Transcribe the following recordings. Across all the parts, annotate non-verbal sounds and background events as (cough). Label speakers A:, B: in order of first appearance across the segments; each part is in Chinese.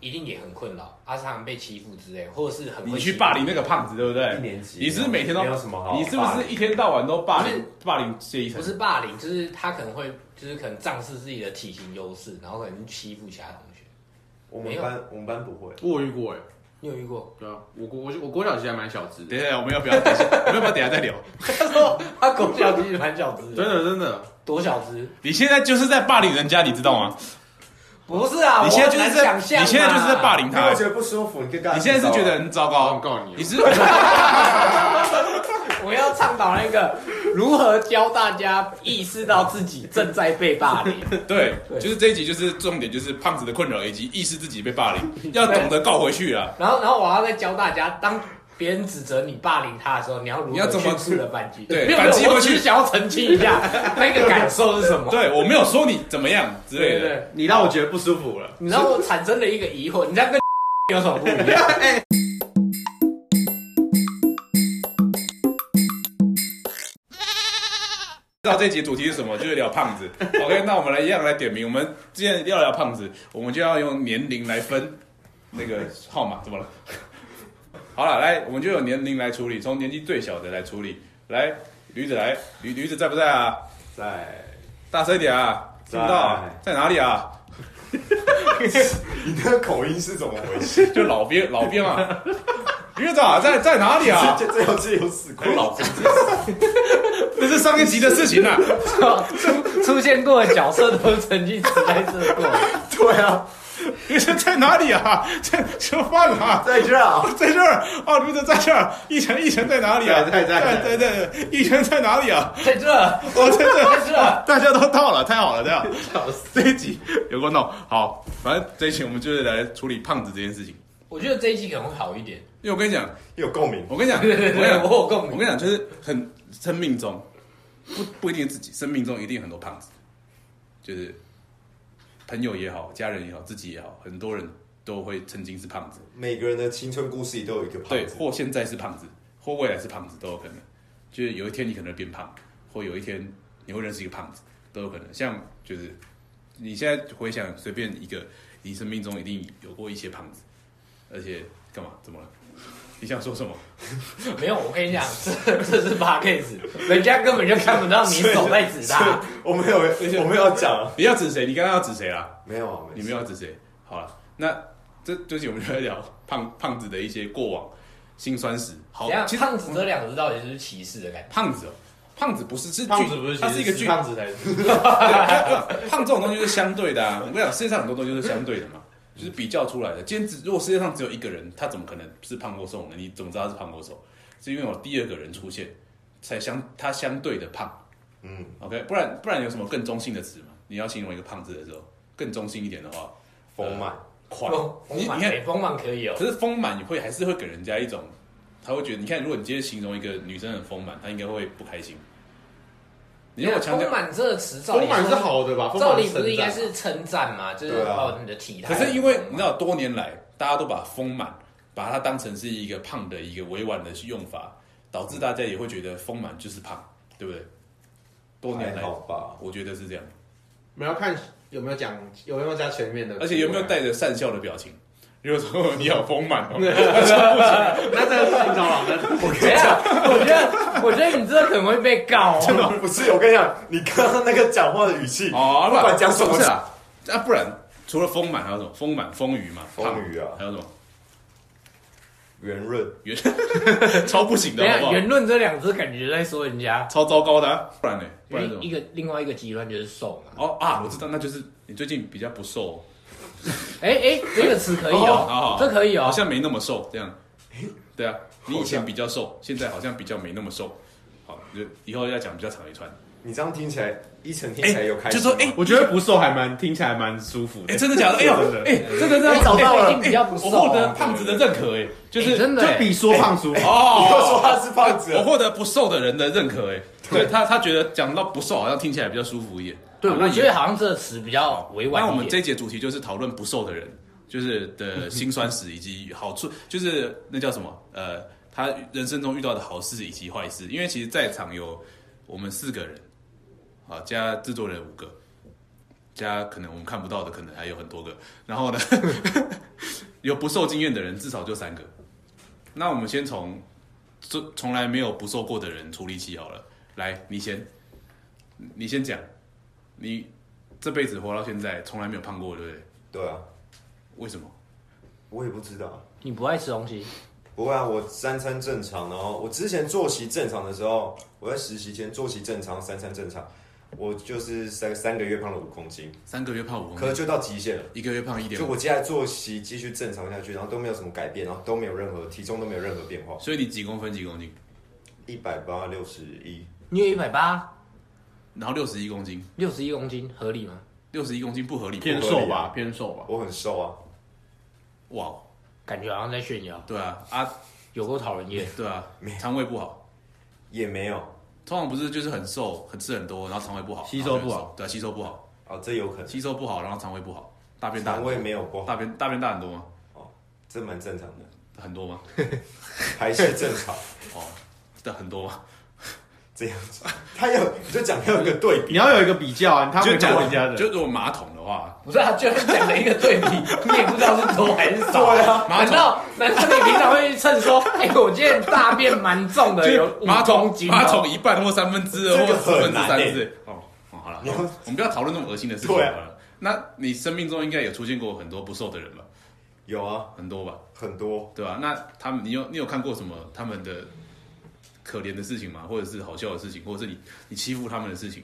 A: 一定也很困扰，阿常常被欺负之类，或者是很
B: 你去霸凌那个胖子，对不
C: 一
B: 对？
C: 年级，
B: 你是不是每天都
C: 没有什么好，
B: 你是不是一天到晚都霸
A: 不
B: 凌霸凌谢依
A: 不
B: 晨？
A: 是霸凌，就是他可能会就是可能仗势自己的体型优势，然后可能欺负其他同学。
C: 我
A: 没
C: 们
A: 有
C: 班我们班不会，
D: 我有遇过哎、
A: 你有遇过？ (laughs)
D: 对啊，我国我我国小其实还蛮小只的，
B: 等一下，我们要不要？我们要不要等一下再聊？
A: 他说他狗小其实蛮小只，
D: 真，的真的，
A: 多小只？
B: 你现在就是在霸凌人家，你知道吗？
A: 不是啊，
B: 你现在就是
A: 我很
B: 在
A: 难想象啊
B: 你现在就是在霸凌
C: 因为
B: 他
C: 我，觉得不舒服，你跟大家
B: 你现在是觉得
C: 知道
B: 很糟
C: 啊
D: 我
B: 糕，
D: 告你
B: 你
D: 啊，
B: 是
A: (laughs) 我要倡导那个如何教大家意识到自己正在被霸凌。
B: 对
A: 对，
B: 就是这一集就是重点，就是胖子的困扰以及意识自己被
A: (laughs)
B: 霸凌，要懂得告回去啊！
A: 然后，然后我要再教大家，当别人指责你霸凌他的时候，你要如
B: 你要
A: 何
B: 怎么
A: 迅速的反击？
B: 对
A: 没有
B: 反击
A: 没有我
B: 回去
A: 只是想要澄清一下那个感受是什么。
B: (laughs) 对我没有说你怎么样之类
A: 对
B: 的，
A: 对，
D: 你让我觉得不舒服了。
A: 你让我产生了一个疑惑，你这样
B: (laughs)
A: 跟有什么不一样？ (laughs)
B: 知道这一集主题是什么，就是聊胖子。OK，那我们来一样来点名，我们之前要聊胖子，我们就要用年龄来分那个号码，怎么了？ (laughs) 好了，来，我们就用年龄来处理，从年纪最小的来处理。来，驴子来，驴驴子在不在啊？
C: 在，
B: 大声一点啊！听不到啊，在哪里啊？
C: 你的口音是怎么回事？
B: 就老兵 (laughs) 老兵啊，驴子啊，在在哪里啊？
C: (laughs) 这这游戏有死
B: 哎
C: 过老兵，
B: 这是上一集的事情啊。
A: 出出现过的角色都曾经存在这过。 (laughs)
C: 对啊，
B: 你这在哪里啊？在吃饭啊？
C: 在这啊，
B: (laughs) 在这儿哦，你们在这儿。一晨，一晨在哪里啊？
D: 在在在
B: 在在在，一晨在哪里
A: (laughs)
B: 啊？
A: 在这，
B: 我在这儿。
A: 在这，
B: 大家都到了，太好了，太
A: (laughs)
B: 好了！这一集有够闹，好，反正这一集我们就是来处理胖子这件事情。
A: 我觉得这一集可能会好一点。 (laughs)
B: 因为我跟你讲，
C: 有共鸣，
B: 我跟你讲，我
A: 对对
B: 跟你
A: 对，
B: 讲，
A: 我有共
B: 我
A: 鸣。
B: 跟你讲，就是很生命中不不一定自己，生命中一定很多胖子，就是朋友也好，家人也好，自己也好，很多人都会曾经是胖子，
C: 每个人的青春故事里都有一个
B: 对
C: 胖，子，
B: 或现在是胖子，或未来是胖子都有可能。就是有一天你可能变胖，或有一天你会认识一个胖子，都有可能。像就是你现在回想随便一个，你生命中一定有过一些胖子，而且干嘛？怎么了？你想说什么？
A: 没有，我跟你讲， (laughs) 这这是 p a c k a g e 人家根本就看不到你手在指
B: (laughs)
A: 他。
C: 所以我没有，我没有要讲啊，
B: 你要指谁？你刚刚要指谁啦？
C: 没有啊，
B: 你们要指谁？好了，那这最近我们就在聊胖胖子的一些过往辛酸史。好
A: 等一，
B: 其
A: 下，
B: 实
A: 胖子这两个字到底是不是歧视的感觉？
B: 胖子哦，胖子不是是
D: 胖
B: 具
D: 子不是，
B: 它是一个具
D: 胖子才是。
B: (laughs) 胖这种东西是相对的啊。我跟你讲，世界上很多东西都是相对的嘛，就是比较出来的。今天只如果世界上只有一个人，他怎么可能是胖或瘦呢？你怎么知道他是胖或瘦？是因为有第二个人出现，才相他相对的胖。
C: 嗯，
B: OK，不然不然有什么更中性的词吗？你要形容一个胖子的时候，更中性一点的话，
C: 丰满，
B: 快。
A: 丰丰
B: 你你
A: 满，
B: 看
A: 哎丰满可以哦。
B: 可是丰满你会还是会给人家一种，他会觉得，你看，如果你今天形容一个女生很丰满，她应该会不开心。你让我强调
A: 丰，满这个词，照理
D: 丰满是
A: 说，
D: 好的吧？丰
A: 照
D: 满
A: 理不
D: 称
A: 是应该
D: 赞
A: 是称赞吗？就是
C: 对啊
A: 哦，你的体态。
B: 可是因为 (laughs) 你知道，多年来大家都把丰满把它当成是一个胖的一个委婉的用法，导致大家也会觉得丰满就是胖，对不对？多年来，
C: 还好吧，
B: 我觉得是这样，
D: 我们要看有没有讲，有没有加前面的，
B: 而且有没有？带着善笑的表情？比如说你好丰满
A: (laughs)
B: 哦，
D: 啊 (laughs) 那这个是性骚扰，那
A: 我觉得，我觉得，我觉得你这个可能会被告哦。
C: (laughs) 不是，我跟你讲，你刚刚那个讲话的语气，
B: 哦，
C: 不管讲什么
B: 不是啊，啊，不然除了丰满还有什么？丰满、丰腴嘛，
C: 丰
B: 胖
C: 腴啊
B: 还有什么？
C: 圆润，
B: 圆 (laughs) 超不行的
A: 等一，
B: 好不
A: 下，
B: 好？
A: 言论这两个字感觉在说人家，
B: 超糟糕的啊、不然呢？不
A: 因
B: 然
A: 为
B: 怎么
A: 一？个另外一个极端就是瘦嘛。
B: 哦啊，我知道，那就是你最近比较不瘦，
A: 哎哎，这个词可以
B: 哦好
A: 哦
B: 好，
A: 这可以
B: 好
A: 哦。
B: 像没那么瘦这样。对啊，你以
C: 好
B: 前
C: 像
B: 比较瘦，现在好像比较没那么瘦。好，就以后要讲比较长一串。
C: 你这样听起来，一晨听起来有开
B: 就
C: 心，
B: 说哎，
D: 我觉得不瘦还蛮听起来蛮舒服
B: 哎，
D: 的。
B: 真的假
D: (laughs)
B: 的？哎呦
D: 真，的
B: 哎，真的真的，
C: 哎找到了
A: 哎最近比较不瘦
B: 我获得
A: 哦。
B: 胖子的认可，哎，就是
A: 哎真的
D: 就比说胖舒服， (laughs)
C: 你又
B: 哦，
C: 说他是胖子
B: 我，获得不瘦的人的认可，哎，对他他觉得讲到不瘦好像听起来比较舒服一点。
A: 对，
B: 好那
A: 我
B: 以
A: 觉得好像这个词比较委婉
B: 那我
A: 一
B: 们
A: 点。
B: 这一节主题就是讨论不瘦的人，就是的辛酸史以及好处，就是那叫什么？呃，他人生中遇到的好事以及坏事。因为其实，在场有我们四个人，啊，加制作人五个，加可能我们看不到的，可能还有很多个。然后呢， (laughs) 有不受经验的人至少就三个。那我们先从从从来没有不受过的人处理起好了。来，你先，你先讲，你这辈子活到现在从来没有胖过，对不对？
C: 对啊，
B: 为什么？
C: 我也不知道。
A: 你不爱吃东西，
C: 不会啊，我三餐正常，然后我之前作息正常的时候，我在实习前作息正常，三餐正常，我就是三三个月胖了五公斤，
B: 三个月胖五公
C: 可是
B: 斤，
C: 就到极限了。
B: 一个月胖一点
C: 就，我接下来作息继续正常下去，然后都没有什么改变，然后都没有任何体重都没有任何变化，
B: 所以你几公分几公斤？
C: 一百八六十一，
A: 你有一百八，
B: 然后六十一公斤，
A: 六十一公斤，合理吗？
B: 六十一公斤不合理吧，
D: 偏瘦吧，偏瘦吧。
C: 我很瘦啊，
B: 哇，
A: 感觉好像在炫耀，
B: 对啊啊，
A: 有够讨人厌。
B: 对啊，肠胃不好，
C: 也没有
B: 通常不是就是很瘦，很吃很多，然后肠胃不好，
D: 吸收
B: 然后
D: 不好
B: 就很瘦，对啊，吸收不好，
C: 啊，这有可能，
B: 吸收不好，然后肠胃不好，大便大
C: 肠，胃没有不好，
B: 大便大便大很多吗？
C: 这蛮正常的，
B: 很多吗？
C: 排泄正常，
B: 哦，对，很多吗？
C: 这样子， (laughs) 他有你就讲要有一个对比，
D: 你要有一个比较啊，他
B: 就
D: 们
B: 讲
D: 讲人家的，。
B: 就如果马桶的话，
A: 不是啊，就是讲了一个对比，你也不知道是多还是少。
C: (laughs) 对啊
A: 难道难道你平常会去称说，哎、我今天大便蛮重的，有
B: 马
A: 5
B: 桶
A: 公斤哦
B: 马桶一半或三分之二
C: 这
B: 或
C: 个
B: 四分
C: 很
B: 之
C: 难
B: 三
C: 欸
B: 之哦，哦
C: (laughs)
B: 好了，
C: 你要
B: 我们不要讨论那么恶心的事情好
C: 对啊
B: 了。那你生命中应该有出现过很多不瘦的人吧？
C: 有啊，
B: 很多吧，
C: 很多
B: 对吧、那他们，你有你有看过什么他们的可怜的事情吗？或者是好笑的事情，或者是你你欺负他们的事情，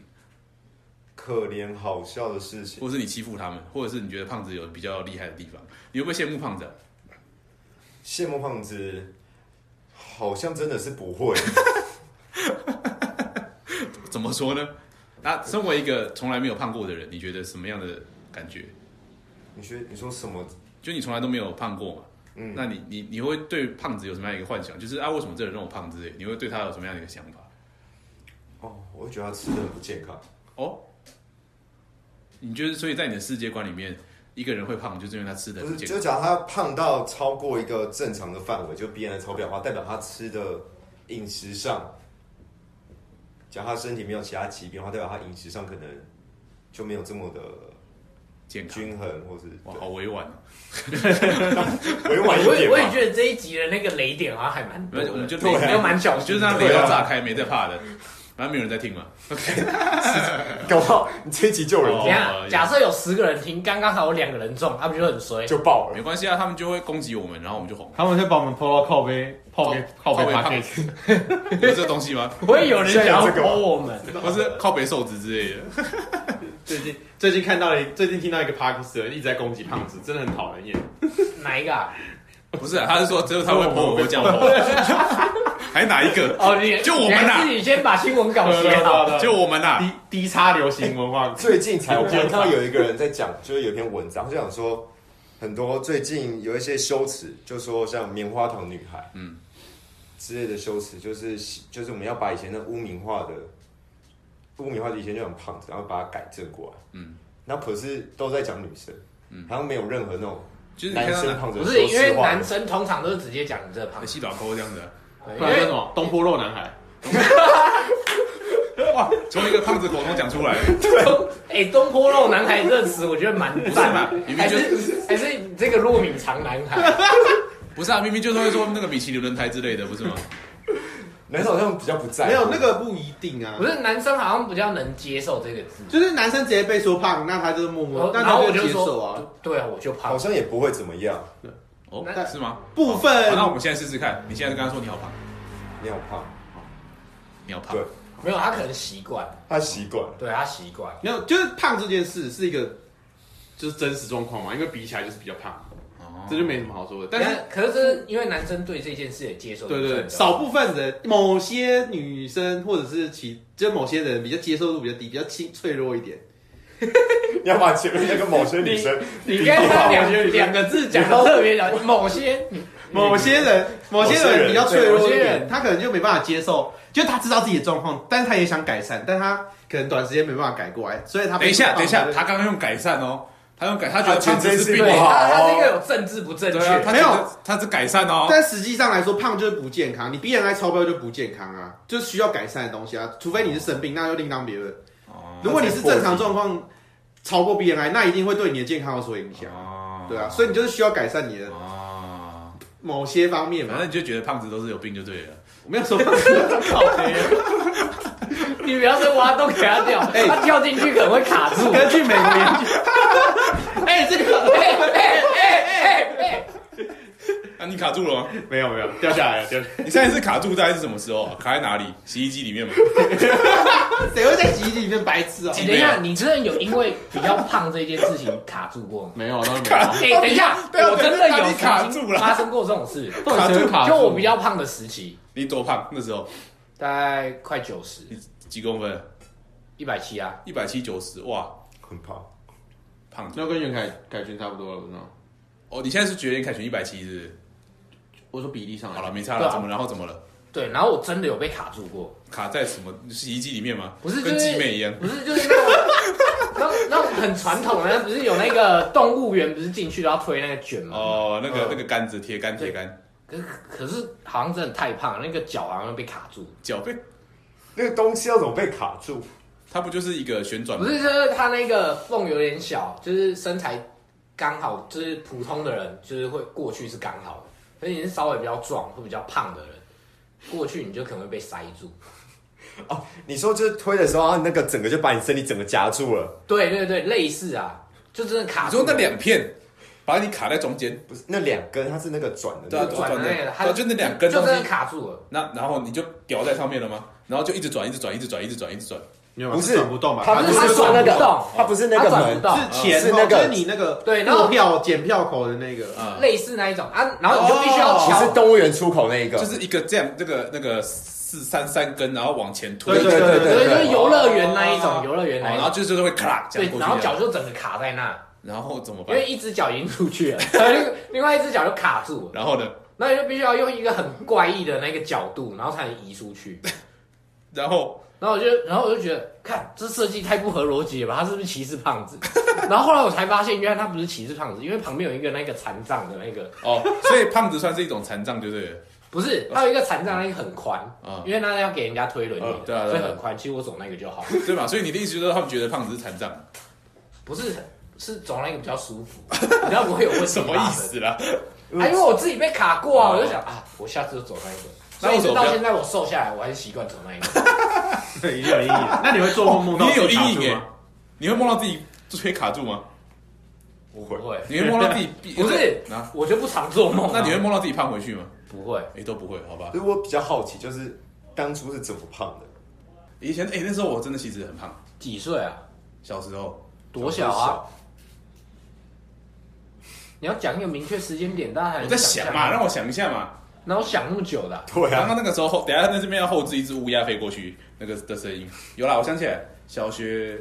C: 可怜好笑的事情，
B: 或者是你欺负他们，或者是你觉得胖子有比较厉害的地方，你会不会羡慕胖子啊、
C: 羡慕胖子，好像真的是不会。 (laughs)
B: 怎么说呢？那身为一个从来没有胖过的人，你觉得什么样的感觉？
C: 你说你说什么？
B: 就你从来都没有胖过嘛？
C: 嗯
B: 那你你你会对胖子有什么样一个幻想？就是啊，为什么这人让我胖之类？你会对他有什么样的一个想法？
C: 哦，我会觉得他吃的很不健康。
B: 哦，你觉得所以在你的世界观里面，一个人会胖，就是因为他吃的
C: 不
B: 很
C: 是，
B: 健
C: 就
B: 康。
C: 假如他胖到超过一个正常的范围，就 B N 的超标的话，代表他吃的饮食上，假如他身体没有其他疾病的话，代表他饮食上可能就没有这么的
B: 健康
C: 均衡，或是
B: 哇，好委婉、哦。
C: 对委婉一
A: 我也
C: 点
A: 我也
C: 吧。
A: 觉得这一集的那个雷点好像还蛮多
B: 没
A: 的，
B: 有我们就
A: 没
B: 对啊
A: 有蛮小
B: 就
A: 心
B: 是
A: 的，
B: 他
C: 对
B: 嘴
C: 啊
B: 要炸开，没在怕的，反正没有人在听嘛。
C: 搞不好你这一集就有人
A: 怎
B: 哦
A: 样？假设有十个人听，刚刚好有两个人中，他们就很欸衰。
C: 就爆了。
B: 没关系啊，他们就会攻击我们，然后我们就红
D: 他们会把我们抛到靠背，靠背，
B: 靠
D: 靠
B: 背
D: 背 p o
B: 胖
D: d c
B: 有这个东西
C: (laughs)
B: 吗？
A: 不会有人想要
C: 现在有这个吗
A: 泼我们，
B: 或是靠北瘦子之类的。
D: (laughs) 最近最近看到了一，最近听到一个 p a r k e r 一直在攻击胖子，真的很讨人厌。
A: 哪一个啊？
B: 不是、啊，他是说只有他会泼我会这样泼，
C: (laughs)
B: 还哪一个？
A: 哦，你
B: 就我们
A: 你
B: 啊
A: 还是你先把新闻稿写好。
B: 就我们呐、啊
D: 低低差流行文化，
C: 最近才我看到有一个人在讲，就是有一篇文章，就讲说很多最近有一些羞耻，就说像棉花糖女孩，
B: 嗯
C: 嗯之类的羞耻，就是就是我们要把以前的污名化的污名化的以前就很胖子，然后把它改正过来，
B: 嗯
C: 嗯，那可是都在讲女生，嗯，好像没有任何那种
B: 就是你
C: 男
B: 看到
C: 生
B: 那
C: 胖子
A: 不
C: 的
A: 是
C: 羞
A: 因为
C: 耻化
A: 男，生通常都是直接讲你这胖
B: 那，细爪抠这样子啊、 (laughs)
A: 对
D: 不
A: 因
D: 然叫
A: 为
D: 什么东坡肉男孩？
B: 哇，从一个胖子口中讲出来，
A: 东哎东坡肉男孩这个词我觉得蛮赞
B: 嘛
A: 的
B: 明，明
A: 还
B: 就是
A: 还是你这个糯米肠男孩，
B: 不是啊，明明就是会说那个米其林轮胎之类的，不是
D: (laughs)
B: 吗？
C: 男生好像比较不在乎
D: 没有那个不一定啊
A: 不，是男生好像比较能接受这个字，
D: 就是男生直接被说胖，那他就是默默，哦那
A: 然后
D: 他
A: 我
D: 就
A: 就
D: 接受啊。
A: 说，对啊，我就
C: 好
A: 胖，
C: 像也不会怎么样，
B: 哦，
A: 那
B: 是吗？
D: 部
B: 好
D: 分
B: 那我们现在试试看，你现在跟他说你好胖，
C: 你好胖，
B: 你好胖
C: 对，
A: 没有他可能习惯，
C: 他习惯了，
A: 对他习惯，
D: 没有，就是胖这件事是一个就是真实状况嘛，因为比起来就是比较胖，
B: 哦，
D: 这就没什么好说的。但
A: 但
D: 是
A: 是可是这是因为男生对这件事的接受度
D: 对
A: 比较
D: 对
A: 高，
D: 对，少部分人，某些女生或者是其，就某些人比较接受度比较低，比较轻脆弱一点。
C: 你要把前面那个某些女生
A: 你
C: 比
A: 刚
C: 到
A: 才两
D: (laughs) 我觉得
A: 两个字讲的特别小，某些
D: 某些人，某些人比较脆弱
A: 某
D: 一
A: 些人
D: 点，他可能就没办法接受，就他知道自己的状况，但是他也想改善，但他可能短时间没办法改过来，所以他
B: 等一下，等一下，他
D: 他
B: 刚刚用改善哦，他用改，他
D: 啊
B: 觉得
C: 他觉得
B: 胖子是
C: 这
B: 病
C: 件
A: 对
C: 事
B: 哦，
C: 不好
A: 他他
C: 哦
A: 这个有政治不正
B: 对啊，
A: 确，
B: 他
D: 没
B: 觉
D: 有
B: 得他是改善哦，
D: 但实际上来说，胖就是不健康，你 BMI 超标就不健康啊，就是需要改善的东西啊，除非你是生病，那就另当别论。
B: 哦
D: 如果你是正常状况超过 BMI，那一定会对你的健康有所影响，
B: 哦
D: 对啊，所以你就是需要改善你的
B: 哦
D: 某些方面
B: 反
D: 嘛
B: 正，你就觉得胖子都是有病就对了。
D: 我没有说
A: 靠
D: (laughs)
A: 别人。你不要再挖洞给他掉，他跳进去可能会卡住。
D: 根据美国研究，
A: 哎，这个，哎哎哎哎哎，
B: 啊，你卡住了吗？
D: 没有没有掉下来了，掉下
B: 你上一次卡住大概是什么时候啊？卡在哪里？洗衣机里面吗？
D: 来，谁会在洗衣机里面白痴啊？
A: 哎等一下，你真的有因为比较胖这件事情卡住过吗？
D: 没有，当然没有，
A: 哎，等一下，
B: 哦不要
A: 我真的有
B: 你卡
A: 曾经
B: 住了
A: 发生过这种事，
B: (laughs) 卡住
D: 到底谁会卡
A: 就我比较胖的时期，
B: 你多胖？那时候
A: 大概快九十，
B: 你几公分？
A: 一百七啊，
B: 一百七九十，哇，
C: 很胖，
B: 胖子。
D: 那跟袁凯凯旋差不多了，不是吗？
B: 哦，你现在是觉得你凯旋一百七是不是？
D: 我说比例上
B: 好
D: 来，
B: 了，没差
A: 对
B: 了。
A: 啊
B: 怎么？然后怎么了？
A: 对，然后我真的有被卡住过，
B: 卡在什么洗衣机里面吗？
A: 不是
B: 跟
A: 就是
B: 集美一样。
A: 不是就是那种那种那种很传统的，不是有那个动物园不是进去都要推那个卷吗？
B: 哦，那个
A: 嗯
B: 那个杆子，铁杆，铁杆，
A: 可是可是好像真的太胖了，那个脚好像被卡住。
B: 脚背，
C: 那个东西要怎么被卡住？
B: 它不就是一个旋转
A: 不
B: 吗？
A: 是，就是他那个缝有点小，就是身材刚好，就是普通的人就是会过去是刚好的，可是你是稍微比较壮或比较胖的人，过去你就可能会被塞住。
C: 你说就是推的时候，然啊后那个整个就把你身体整个夹住了，
A: 对对对，类似啊，就真的卡
B: 你
A: 住。
B: 说那两片把你卡在中间，
C: 不是那两根，它是那个转的
B: 对啊
C: 那
A: 就
C: 个，
A: 转的那个，
B: 转
A: 他
B: 对就那两根
A: 就
B: 东西
A: 真的卡住了。
B: 那然后你就吊在上面了吗？然后就一直转，一直转，一直转，一直转，一直转。
D: 没有
C: 不是
D: 转不动吧？
C: 他不
A: 它
C: 是说
A: 转
C: 那
A: 不
C: 个
A: 动，
C: 它不是那个
A: 它转不
C: 门，
A: 动，
D: 是钱
C: 是
D: 哦，
C: 那个
D: 就是你那个
A: 对然后
D: 购票检票口的那个，
B: 啊，
A: 类似那一种啊，然后你就必须要
B: 哦
C: 不
A: 敲
C: 是动物园出口那一个，
A: 啊
B: 就是一个这样，这个那个四三三根，然后往前推，
D: 对
B: 哦
D: 对对对
A: 对，就是游乐园那一
B: 哦
A: 种，游乐园那一
B: 然后
A: 种，
B: 就就是会咔啦这
A: 对
B: 样，过去
A: 然后脚
B: 这
A: 就
B: 样
A: 整个卡在那，
B: 然后怎么
A: 因
B: 办？
A: 为一只脚已经出去了， (laughs) 然后另另外一只脚就卡住了，
B: 然后呢？
A: 那你就必须要用一个很怪异的那个角度，然后才能移出
B: (laughs)
A: 去。
B: 然后
A: 然后我就，然后我就觉得，看这设计太不合逻辑了吧？他是不是歧视胖子？ (laughs) 然后后来我才发现，原来他不是歧视胖子，因为旁边有一个那个残障的那个，
B: 哦，所以胖子算是一种残障，就对了。
A: 不是，他有一个残障那个很宽，
B: 啊
A: 因为那要给人家推轮椅
B: 哦，对啊对啊
A: 所以
B: 对啊
A: 很宽。其实我走那个就好，
B: 对吧？所以你的意思就是他们觉得胖子是残障，
A: 不是是走那个比较舒服，比较不会有问题。
B: 什么意？思啦？
A: 啊，因为我自己被卡过啊，
B: 哦
A: 我就想啊，我下次就走那一个。
B: 那
A: 所以
B: 为
A: 一直
B: 什么
A: 到
B: 不要
A: 现在我瘦下来，我还是习惯走那一个。
B: (laughs)
D: 对，已经有阴影 (laughs) 了。那你会做梦梦到
B: 你也有
D: 自己卡
B: 阴
D: 住
B: 影哎
D: 吗？，
B: 你会梦到自己被卡住吗？
A: 我不会， (laughs)
B: 你会梦 (laughs) 到自己闭
A: 不是
B: 啊？
A: 我就不常做梦啊。
B: 那你会梦到自己胖回去吗？
A: 不会？
B: 哎，都不会，好吧？
C: 所以我比较好奇，就是当初是怎么胖的？
B: 以前哎，那时候我真的其实很胖，
A: 几岁啊？
B: 小时候
A: 多小啊？你要讲一个明确时间点，大家还
B: 我
A: 能
B: 在哎想嘛，
A: 象
B: 让我想一下嘛。
A: 哪有想那么久的啊、
C: 对
B: 刚
C: 啊，
B: 刚那个时候后，等一下在这边要后置一只乌鸦飞过去那个的声音。有啦，我想起来，小学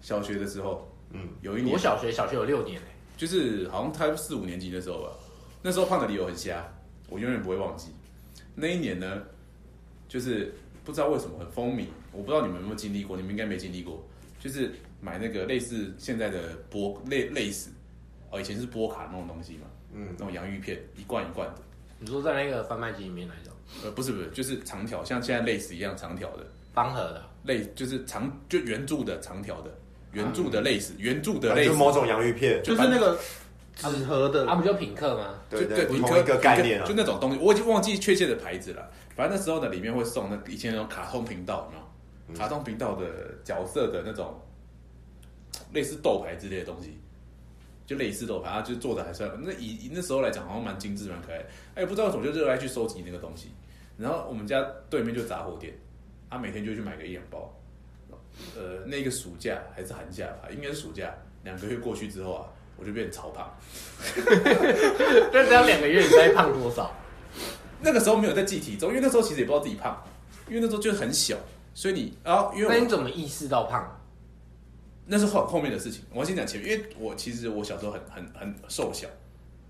B: 小学的时候，嗯
C: 嗯，
B: 有一
A: 我
B: 年
A: 小学小学有六年欸
B: 就是好像他四五年级的时候吧，那时候胖的理由很瞎，我永远不会忘记。那一年呢，就是不知道为什么很风靡，我不知道你们有没有经历过，你们应该没经历过，就是买那个类似现在的波类类似哦，以前是波卡那种东西嘛，嗯
C: 嗯，
B: 那种洋芋片一罐一罐的。
A: 你说在那个贩卖机里面那种
B: 呃，不是不是，就是长条，像现在类似一样长条的，
A: 方盒的，
B: 类就是长就圆柱的长条的，圆柱的类似，啊圆柱的
C: 反
B: 类
C: 正
B: 似
C: 就，某种洋芋片，
D: 就是那个纸盒的
A: 啊，不就品客吗？
C: 对对，
B: 对，
C: 同一个概念啊
B: 就。那种东西，我已经忘记确切的牌子了。反正那时候呢，里面会送那以前那种卡通频道，有没
C: 嗯
B: 有？卡通频道的角色的那种类似豆牌之类的东西，就类似豆牌，它啊就做的还算那以以那时候来讲，好像蛮精致蛮可爱的。哎，不知道为什么就热爱去收集那个东西。然后我们家对面就杂货店，他每天就去买个一两包。呃，那个暑假还是寒假吧，应该是暑假，两个月过去之后啊，我就变超胖。
A: 那只要两个月，你该胖多少？
B: 那个时候没有在记体重，因为那时候其实也不知道自己胖，因为那时候就是很小，所以你然后因
A: 那
B: 为
A: 你
B: 我
A: 怎么意识到胖？
B: 那是后后面的事情，我先讲前面，因为我其实我小时候很很很瘦小，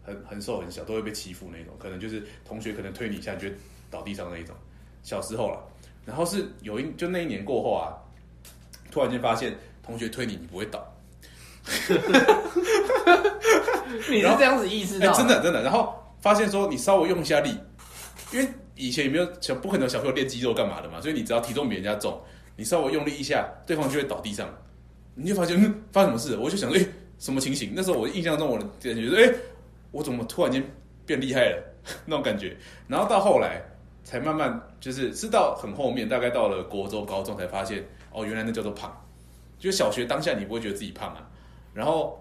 B: 很很瘦很小，都会被欺负那种，可能就是同学可能推你一下，你就会倒地上那一种，小时候了。然后是有一就那一年过后啊，突然间发现同学推你，你不会倒，
A: 你是这样子意识
B: 哎、
A: 到、
B: 真，的真的，然后发现说你稍微用一下力，因为以前也没有小不可能有小朋友练肌肉干嘛的嘛，所以你只要体重比人家重，你稍微用力一下，对方就会倒地上，你就发现嗯发生什么事了，我就想说哎、什么情形？那时候我印象中我的感觉是哎、我怎么突然间变厉害了？那种感觉。然后到后来才慢慢就是是到很后面，大概到了国中、高中才发现，哦，原来那叫做胖。就小学当下你不会觉得自己胖啊，然后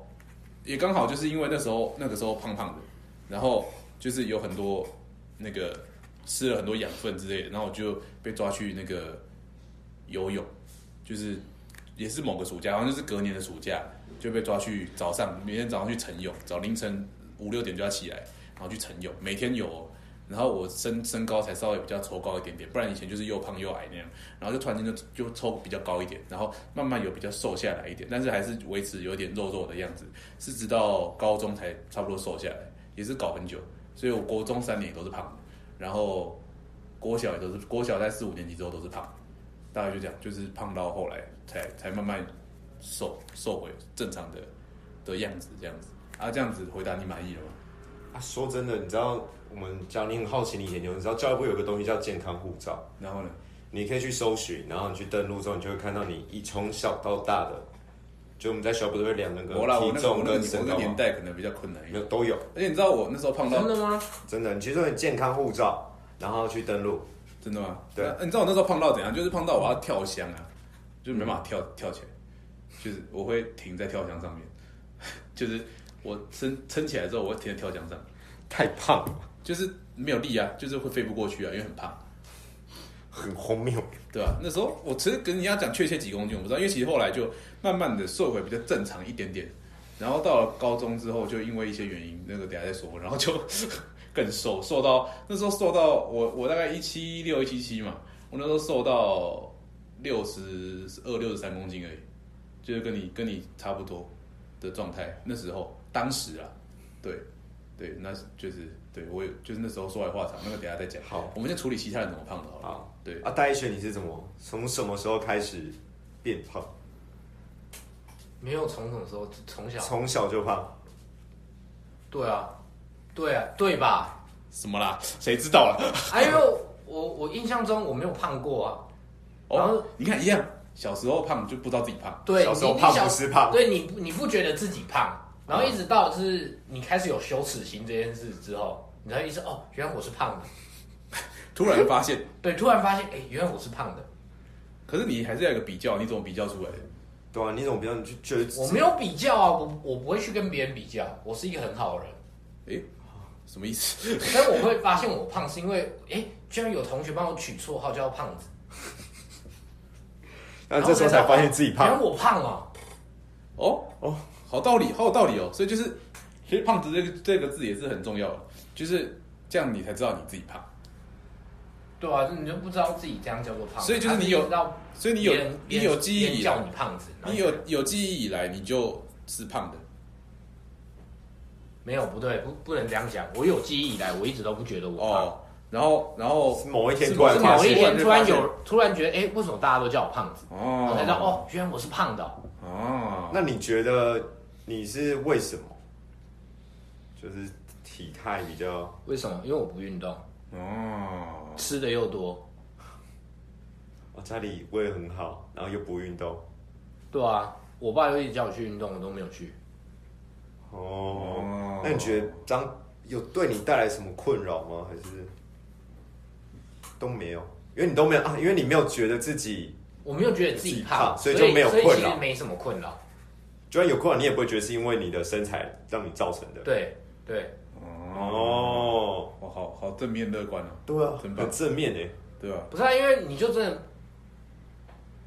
B: 也刚好就是因为那时候那个时候胖胖的，然后就是有很多那个吃了很多养分之类的，然后我就被抓去那个游泳，就是也是某个暑假，然后就是隔年的暑假就被抓去早上每天早上去晨泳，早凌晨五六点就要起来，然后去晨泳，每天游哦、然后我身身高才稍微比较抽高一点点，不然以前就是又胖又矮那样，然后就突然间就就抽比较高一点，然后慢慢有比较瘦下来一点，但是还是维持有点肉肉的样子，是直到高中才差不多瘦下来，也是搞很久，所以我国中三年也都是胖的，然后国小也都是国小在四五年级之后都是胖，大概就这样，就是胖到后来才才慢慢瘦瘦回正常的的样子这样子啊，这样子回答你满意了吗？
C: 啊，说真的，你知道我们教你很好奇你研究，你知道教育部有个东西叫健康护照，
B: 然后呢？
C: 你可以去搜寻，然后你去登录之后，你就会看到你一从小到大的，就我们在学校不是会量那个
B: 我啦，我
C: 体
B: 那个我
C: 重
B: 那个
C: 跟
B: 我
C: 身
B: 那个
C: 高
B: 年
C: 吗？
B: 代可能比较困难一
C: 没
B: 点
C: 有，，都有，
B: 而且你知道我那时候胖到
A: 真的吗？
C: 真的，你去搜你健康护照，然后去登录，
B: 真的吗？
C: 对
B: 那你知道我那时候胖到怎样？就是胖到我要跳箱啊，就是没办法跳跳起来，就是我会停在跳箱上面， (laughs) 就是我撑撑起来之后，我会停在跳箱上，
C: 太胖了，
B: 就是没有力啊，就是会飞不过去啊，因为很胖，
C: 很荒谬。
B: 对吧、那时候我其实跟人家讲确切几公斤我不知道，因为其实后来就慢慢的瘦回比较正常一点点，然后到了高中之后，就因为一些原因，那个等一下再说，然后就更瘦，瘦到那时候瘦到我我大概一七六一七七嘛，我那时候瘦到六十二六十三公斤而已，就是跟你跟你差不多的状态。那时候当时啊，对对，那是就是对我有就是那时候说来话长，那个等一下再讲。
C: 好，
B: 我们先处理其他人怎么胖的好了。
C: 好，
B: 对，
C: 啊，戴一轩，你是怎么从什么时候开始变胖？
A: 没有从什么时候，从小
C: 从小就胖，
A: 对啊，对啊，对吧？
B: 什么啦？谁知道啊了？
A: 哎呦，我我印象中我没有胖过啊。然后
B: 哦，你看一样，小时候胖就不知道自己胖，
A: 对，
C: 小时候
A: 你
C: 胖
A: 你小
C: 不是胖
A: 对你不你不觉得自己胖，然后一直到就是你开始有羞耻心这件事之后，你才意识到哦，原来我是胖的。
B: 突然发现， (laughs)
A: 对，突然发现哎、原来我是胖的，
B: 可是你还是要有个比较，你怎么比较出来的？
C: 对啊，你怎么不要你就觉得
A: 我没有比较啊，我我不会去跟别人比较，我是一个很好的人，
B: 诶，什么意思？
A: 但我会发现我胖是因为哎、居然有同学帮我取绰号叫胖子，
C: 然后这时候才发现自己
A: 原
C: 胖
A: 来，我胖哦、
B: 哦哦，好道理，好有道理哦。所以就是，其实“胖子”这个这个字也是很重要的，就是这样你才知道你自己胖。
A: 对啊，你就不知道自己这样叫做胖，
B: 所以就是你有
A: 还是知道
B: 所以你有
A: 别人
B: 你有记
A: 别人
B: 忆以
A: 叫
B: 来，
A: 你胖子，然后
B: 你有有记忆以来你就是胖的。
A: 没有不对，不不能这样讲。我有记忆以来，我一直都不觉得我胖。
B: 哦，然后然后
C: 是某一天
B: 是
C: 突然
A: 是
C: 发
A: 某一
C: 现，
A: 天突然
B: 突然就
A: 有突然觉得，哎、为什么大家都叫我胖子？我
B: 哦，
A: 才知道，哦，原来我是胖的哦、
B: 哦，
C: 那你觉得你是为什么？就是体态比较
A: 为什么？因为我不运动，
B: 哦，
A: 吃的又多，
C: 哦，家里胃很好，然后又不运动，
A: 对啊，我爸又一直叫我去运动，我都没有去。
C: 哦，
B: 哦
C: 那你觉得这样有对你带来什么困扰吗？还是都没有？因为你都没有啊，因为你没有觉得自己，
A: 我没有觉得自己胖，
C: 自己胖所
A: 以
C: 以就没有
A: 所以
C: 困
A: 其
C: 扰
A: 实没什么困扰。
C: 就算有困扰，你也不会觉得是因为你的身材让你造成的。
A: 对对，
B: 哦，
C: 哦，
B: 我好好正面乐观哦，
C: 对啊，
B: 真棒
C: 很正面诶。
B: 对吧？
A: 不是啊，因为你就真的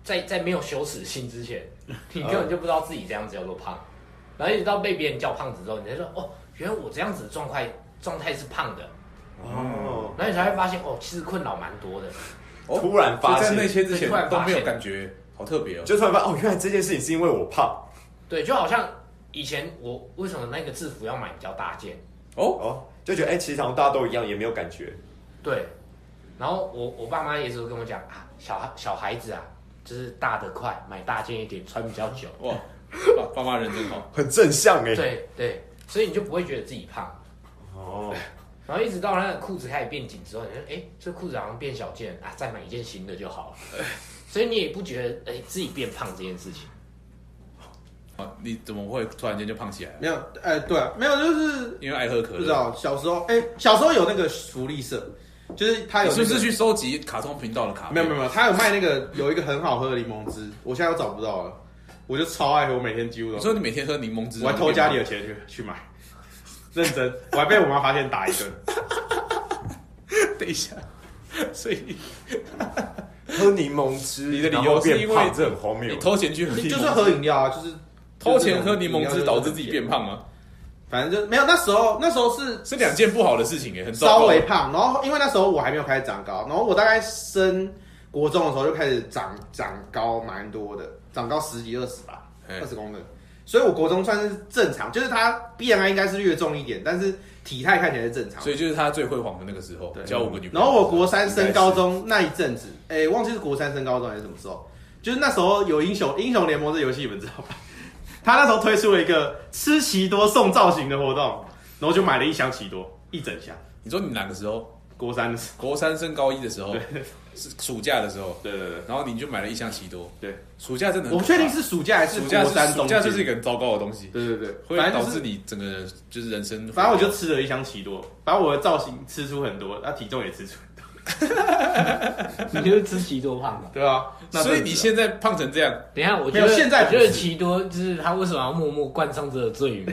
A: 在在没有羞耻心之前，你根本就不知道自己这样子叫做胖，然后一直到被别人叫胖子之后，你才说，哦，原来我这样子的状态状态是胖的，
C: 哦，
A: 然后你才会发现，哦，其实困扰蛮多的。
B: 哦
C: 突然发
B: 就在那
C: 现，
B: 些之前
A: 突然
B: 都
A: 发
B: 没
A: 现
B: 有感觉，好特别哦。
C: 就突然发现哦，原来这件事情是因为我胖
A: 对，就好像以前我为什么那个制服要买比较大件？
B: 哦，
C: 哦，就觉得哎、其实好像大家都一样，也没有感觉。
A: 对，然后我我爸妈也是跟我讲啊，小孩小孩子啊，就是大的快，买大件一点，穿比较久。
B: 哇，爸爸妈人真 (laughs) 好。
C: 很正向哎、
A: 对对，所以你就不会觉得自己胖。
C: 哦，
A: 然后一直到那个裤子开始变紧之后，你就哎，这裤子好像变小件啊，再买一件新的就好了。所以你也不觉得哎自己变胖这件事情。
B: 啊，你怎么会突然间就胖起来了？
D: 没有，哎、对、啊，没有，就是
B: 因为爱喝可
D: 不知
B: 乐。
D: 道小时候，哎、小时候有那个福利社，就是他有、
B: 你
D: 那
B: 是
D: 个
B: 不是去收集卡通频道的卡片？
D: 没有没有没有，他有卖那个有一个很好喝的柠檬汁，我现在都找不到了，我就超爱喝，我每天几乎
B: 你
D: 都，
B: 说你每天喝柠檬汁，
D: 我还偷家里的钱去去买，认真，我还被我妈发现打一顿，
B: 等一下，所以
C: 喝柠檬汁，
B: 你的理由
C: 然后变
B: 是因为
C: 胖这很荒谬
B: 你。偷钱去喝柠檬汁，
D: (laughs) 就是喝饮料啊，就是
B: 偷钱喝柠檬
D: 就是啊
B: 汁
D: 那种
B: 导致自己变胖吗？
D: 反正就没有那时候，那时候是
B: 是两件不好的事情耶，很糟糕
D: 稍微胖，然后因为那时候我还没有开始长高，然后我大概升国中的时候就开始长长高蛮多的，长高十几二十吧，
B: 哎
D: 二十公分，所以我国中算是正常，就是他 BMI 应该是略重一点，但是体态看起来是正常
B: 所。以就是他最辉煌的那个时候，
D: 啊对
B: 交五个女朋友。
D: 然后我国三
C: 应该
D: 升
C: 是
D: 高中那一阵子，哎、忘记是国三升高中还是什么时候，就是那时候有英雄英雄联盟这游戏，你们知道吧？ (laughs) 他那时候推出了一个吃奇多送造型的活动，然后就买了一箱奇多，一整箱。
B: 你说你哪个时候？
D: 国三的时
B: 国三升高一的时候，是暑假的时候
D: 候，，对对对。
B: 然后你就买了一箱奇多。
D: 对，
B: 暑假真的很
D: 我不
B: 可怕
D: 确定是暑假还是
B: 暑假
D: 国
B: 是
D: 三
B: 暑
D: 中
B: 假
D: 间，
B: 就是一个很糟糕的东西，
D: 对对对，
B: 会
D: 反正
B: 导
D: 就
B: 致
D: 是
B: 你整个人就是人生。
D: 反正我就吃了一箱奇多，反正我的造型吃出很多，那、体重也吃出，
A: 你就是吃奇多胖的。
D: 对啊，那
B: 所以
D: 阵子
B: 你
D: 啊
B: 现在胖成这样，
A: 等一下，我
D: 没
A: 觉
D: 有
A: 得
D: 现在
A: 我
D: 不
A: 觉得
D: 是
A: 奇多就是他为什么要默默冠上这个罪名？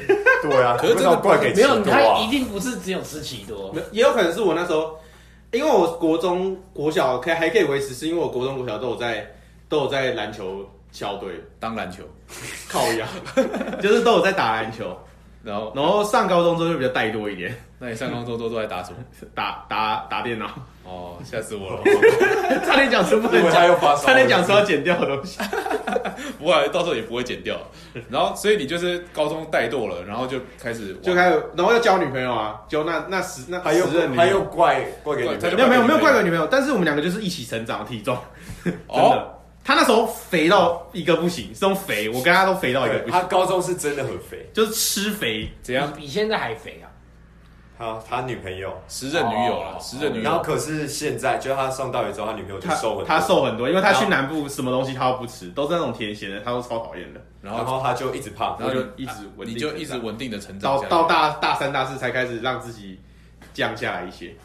C: 对啊，
B: 可是
C: 不
B: 真
C: 知
B: 的
C: 道怪给
A: 没有，
C: 奇多
A: 他一
C: 啊。
A: 定不是只有吃奇多
D: 没。有也有可能是我那时候，因为我国中、国小可以还可以维持，是因为我国中、国小都有在都有在篮球校队
B: 当篮球，
D: 靠腰， (laughs) 就是都有在打篮球，
B: 然后
D: 然后上高中之后就比较怠惰一点，
B: 那你上高中都都在打
D: (laughs)
B: 什么？
D: 打打打电脑， (laughs)
B: 哦，吓死我了！
D: 差点讲出不能
C: 因为他
D: 讲，
C: 又发烧了
D: 差点讲说要剪掉的东西，
B: 不过到时候也不会剪掉。然后，所以你就是高中怠惰了，然后就开始
D: 就开始，然后要交女朋友啊，就那那十那
C: 他又
D: 十任女
C: 他
D: 友
C: 又怪怪给你
B: 他
C: 们
B: 就
D: 没有没有没有怪怪女朋友，但是我们两个就是一起成长体重，真
B: 哦，
D: 的。他那时候肥到一个不行，这种肥，我跟他都肥到一个
C: 对
D: 不行，
C: 他高中是真的很肥，
D: 就是吃肥。
B: 怎样？
A: 比现在还肥啊！
C: 他他女朋友，
B: 时任女友啦，
A: 哦
B: 时任女
C: 然后
B: 友。
C: 可是现在就是他上大学之后，他女朋友就
D: 他
C: 瘦很多
D: 他瘦很多，因为他去南部什么东西他都不吃，都是那种甜咸的，他都超讨厌的。
B: 然
C: 然
B: 后，
C: 后他就一直胖
B: 然，后就
D: 啊我就一直稳定
B: 你就一直
D: 成长
B: 稳定的成长
D: 到
B: 下来。
D: 到大大三大四才开始让自己降下来一些。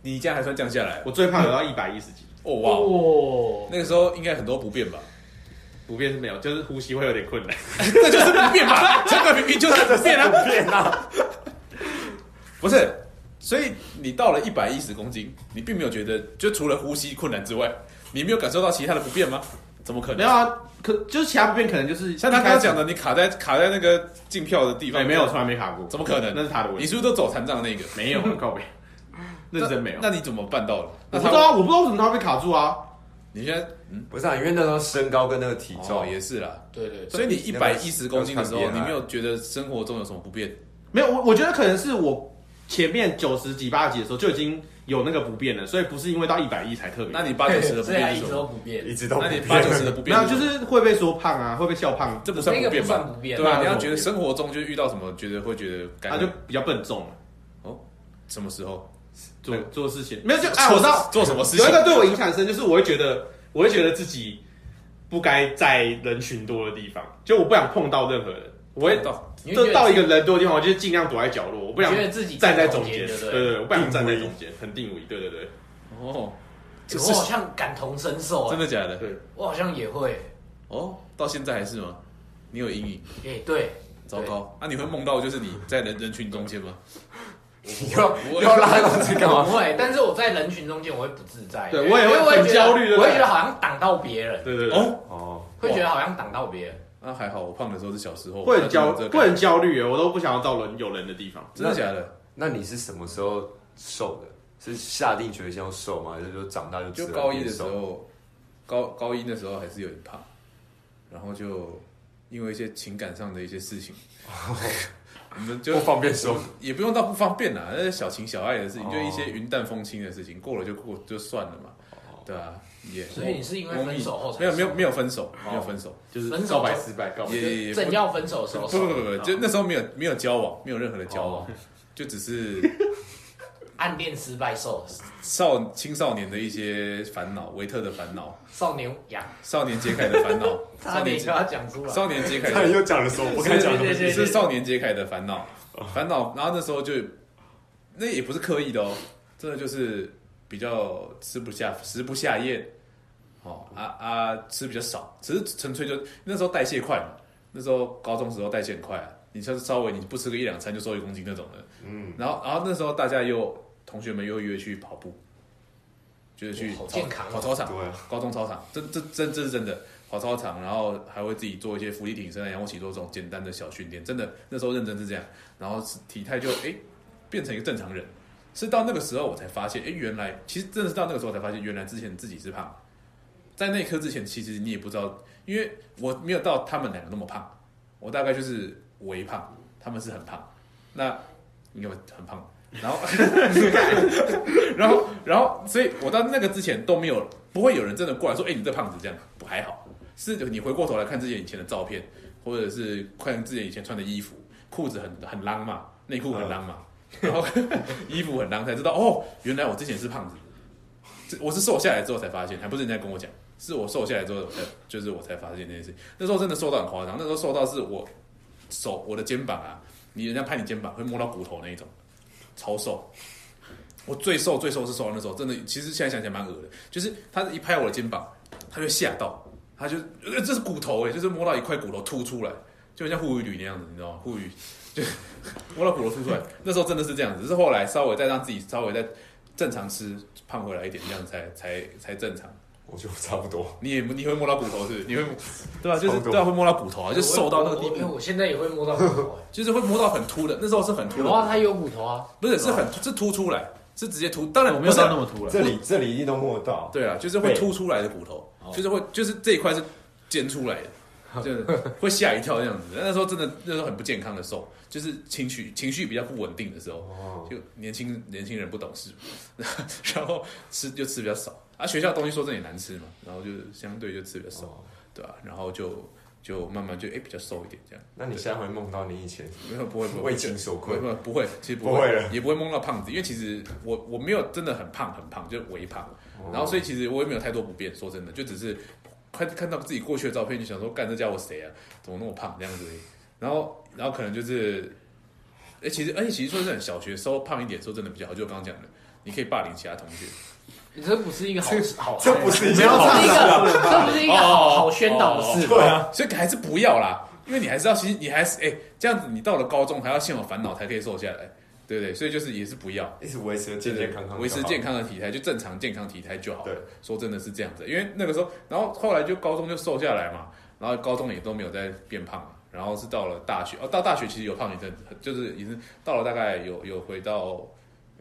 B: 你这样还算降下来？
D: 我最胖有到一百一十几，
B: 哦哇哦，
A: 哇，
B: 那个时候应该很多不便吧？
D: 不变是没有，就是呼吸会有点困难。
B: 这就是不变 (laughs) 吧？这个明明就是不变啊！
C: 变啊，
B: 不是，所以你到了一百一十公斤，你并没有觉得，就除了呼吸困难之外，你没有感受到其他的不便吗？怎么可
D: (laughs) 没
B: 能？
D: 有啊，可就是其他不变可能就是
B: 像他刚才讲
D: 的，
B: 的，你卡在卡在那个进票的地
D: 对，
B: 方，
D: 没有，从来没卡过，
B: 怎么可能
D: 那是他的问
B: 你
D: 题，
B: 是不是都走残障那个？
D: 没
B: (laughs)
D: 有靠 (laughs) 背，认真没有。
B: 那你怎么办到的？
D: 我
B: 那
D: 不知
B: 他，
D: 道啊，我不知道为什么他会被卡住啊。
B: 你现在嗯，
C: 不是啊，因为那时候身高跟那个体
B: 哦
C: 重
B: 也是啦。
A: 对对对，
B: 所以你一百一十公斤的时候，
C: 要看
B: 你
C: 边啊
B: 没有觉得生活中有什么不便？
D: 没有，我我觉得可能是我前面九十几、八十几的时候就已经有那个不变了，所以不是因为到一百一才特别。
B: (laughs) 那你八九十的不
A: 所以他
B: 便
A: 一
B: 是
A: 直
B: 什
A: 都
B: 么？
A: 不变。
C: 一直都
B: 那
C: 不
B: 你
C: 变
B: 八九十
C: (laughs)
B: 的不
D: 没
B: 便
D: 有，
B: 是什
D: 就
B: 么，
D: 是会被说胖啊，会被笑胖，
B: 这不算不
A: 那个
B: 便
A: 不
B: 吧
A: 算？不变
B: 对吧？
D: 那
B: 你要
D: 不
B: 觉得
D: 便
B: 生活中就遇到什么，觉得会觉得感
D: 他就比较笨重了，
B: 什么时候
D: 做做事情没有就啊，我知道
B: 做什么事情
D: 有一个对我影响很深，就是我会觉得，我会觉得自己不该在人群多的地方，就我不想碰到任何人，我会
B: 到
A: 你会觉
D: 就
A: 得
D: 到一个人多的地方，我就尽量躲在角落，我不想
A: 你觉得自己
D: 站在中
A: 中间，
D: 间，
A: 对不
D: 对
A: 对？
D: 对，我不想站在
C: 定位
D: 中间，很定位，对对对，
B: 哦，这
A: 欸
B: 是
A: 我好像感同身受
D: 哦
B: 真
A: 欸，
B: 的假的？
D: 对
A: 我好像也会。
B: 哦，到现在还是吗？你有阴影，
A: 哎，对，
B: 糟糕。啊那、你会梦到就是你在人人群中间吗？
C: 要要拉到这
A: 对。
C: (laughs) 干
A: 我
C: 嘛？
A: 不会，但是我在人群中间我会不自在，
D: 对我也
A: 因
D: 会
A: 为我
D: 很
A: 觉得
D: 焦虑对不
A: 我
D: 对
A: 会觉得好像挡到别人，
D: 对对对。
B: 哦，
C: 哦，
A: 会觉得好像挡到别人。
B: 那还好，我胖的时候是小时候，
D: 会很焦，
B: 那就有这个
D: 会很焦虑耶，我都不想要到人有人的地方。
B: 真的假的？
C: 那你是什么时候瘦的？是下定决心要瘦吗？还啊是说长大就
B: 就
C: 自然
B: 高一的
C: 变
B: 时
C: 瘦？
B: 候，高高一的时候还是有点胖，然后就因为一些情感上的一些事
C: (laughs)
B: 情，我们就
C: 不方便说，
B: 也不用到不方便啦，那是小情小爱的事情，
C: 哦
B: 就一些云淡风轻的事情，过了就过就算了嘛，
C: 哦
B: 对啊，也
A: 所以你是因为分手后才哦
B: 没有没有
A: 瘦
B: 没有分手，没有分手，
D: 就是
A: 分手
D: 告白失败，
A: 哦
D: 告白
B: 也也也不
A: 正要分手的时候
B: 不不
A: 瘦，
C: 哦
B: 不不，就那时候没有没有交往，没有任何的交往，就只是
A: 暗恋失败兽、
B: 少青少年的一些烦恼，维特的烦恼，
A: 少年养，
B: 少年杰凯的烦恼，
A: (laughs) 差
B: 少
A: 点
B: 年
A: 就要讲出来。
B: 少年杰凯
C: 他
B: 的
C: 又讲了哦什么？我刚才讲的
A: 对对对
B: 是少年杰凯的烦恼，烦恼。然后那时候就，那也不是刻意的哦，真的就是比较吃不下，食不下咽，哦啊啊，吃比较少，只是纯粹就那时候代谢快嘛，那时候高中时候代谢很快啊，你像是稍微你不吃个一两餐就瘦一公斤那种的，嗯，然后然后那时候大家又同学们又约去跑步，就是去
A: 哇好
B: 操
A: 健康哦
B: 跑操场，
C: 对啊，
B: 高中操场，这这这这是真的跑操场，然后还会自己做一些伏地挺身、仰卧起坐这种简单的小训练，真的那时候认真是这样，然后体态就哎变成一个正常人，是到那个时候我才发现，哎原来其实真的是到那个时候才发现，原来之前自己是胖，在那一刻之前其实你也不知道，因为我没有到他们两个那么胖，我大概就是微胖，他们是很胖，那因为很胖，然后然后，然后，所以我到那个之前都没有，不会有人真的过来说，哎、你这胖子这样不还好。是你回过头来看自己以前的照片，或者是看自己以前穿的衣服，裤子很很浪嘛，内裤很浪嘛， (laughs) 然后衣服很浪，才知道哦，原来我之前是胖子。这我是瘦下来之后才发现，还不是人家跟我讲，是我瘦下来之后我才就是我才发现这件事。那时候真的瘦到很夸张，那时候瘦到是我手我的肩膀啊，你人家拍你肩膀会摸到骨头那一种，超瘦。我最瘦最瘦是瘦到那时候，真的，其实现在想起来蛮恶的，就是他一拍我的肩膀，他就吓到，他就、呃、这是骨头哎，就是摸到一块骨头凸出来，就很像护鱼旅那样子，你知道吗？护鱼就摸到骨头凸出来，那时候真的是这样子，只是后来稍微再让自己稍微再正常吃，胖回来一点，这样才才才正常。
C: 我觉得差不多。
B: 你也你会摸到骨头是不是？你会对啊，就是
C: 差不多
B: 对啊，会摸到骨头啊，就瘦到那个地
A: 我我
B: 步，
A: 我现在也会摸到骨头、
B: (laughs)
A: 欸，
B: 就是会摸到很凸的，那时候是很凸
A: 有
D: 哦
A: 啊，
B: 的，
A: 它有骨头啊，
B: 不是是很是凸出来，是直接凸，当然
D: 我
B: 我
D: 没
B: 没
D: 有
B: 有
D: 到那么突然。
C: 这里这里一定都摸得到，
B: 对啊，就是会凸出来的骨头，就是会就是这一块是尖出来的，就是会吓一跳这样子。那时候真的那时候很不健康的瘦，就是情绪情绪比较不稳定的时候，
C: 哦
B: 就年轻年轻人不懂事， (laughs) 然后吃就吃比较少啊，学校的东西说真的也难吃嘛，然后就相对就吃比较
C: 哦
B: 少，对啊，然后就就慢慢就哎、比较瘦一点这样，
C: 那你现在会梦到你以前
B: 没有不会不会
C: 为情所困
B: 不会不会，其实不
C: 不会了
B: 也不会蒙到胖子，因为其实我我没有真的很胖很胖，就是微胖，
C: 哦
B: 然后所以其实我也没有太多不便，说真的，就只是看看到自己过去的照片，就想说，干这家伙谁啊，怎么那么胖这样子而已，然后然后可能就是，哎、其实而且、其实说真的，小学时候胖一点，说真的比较好，就我刚刚讲的，你可以霸凌其他同学，
A: 你这不是一个好好，
C: (laughs)
A: 哎
C: 这不是一件
A: 这
C: 好
A: 不是一
C: 事啊！
A: 个，这不是一个好好宣导的 (laughs) 事。
C: 对啊，
B: 所以还是不要啦，因为你还是要，其实你还是哎、这样子，你到了高中还要现有烦恼才可以瘦下来，对不对？所以就是也是不要。
C: 一直维持健健康康，
B: 维持健。康的体态，就正常健康体态就好了
C: 对。
B: 说真的是这样子，因为那个时候，然后后来就高中就瘦下来嘛，然后高中也都没有再变胖了。然后是到了大学，哦，到大学其实有胖一阵子，就是已经到了大概有有回到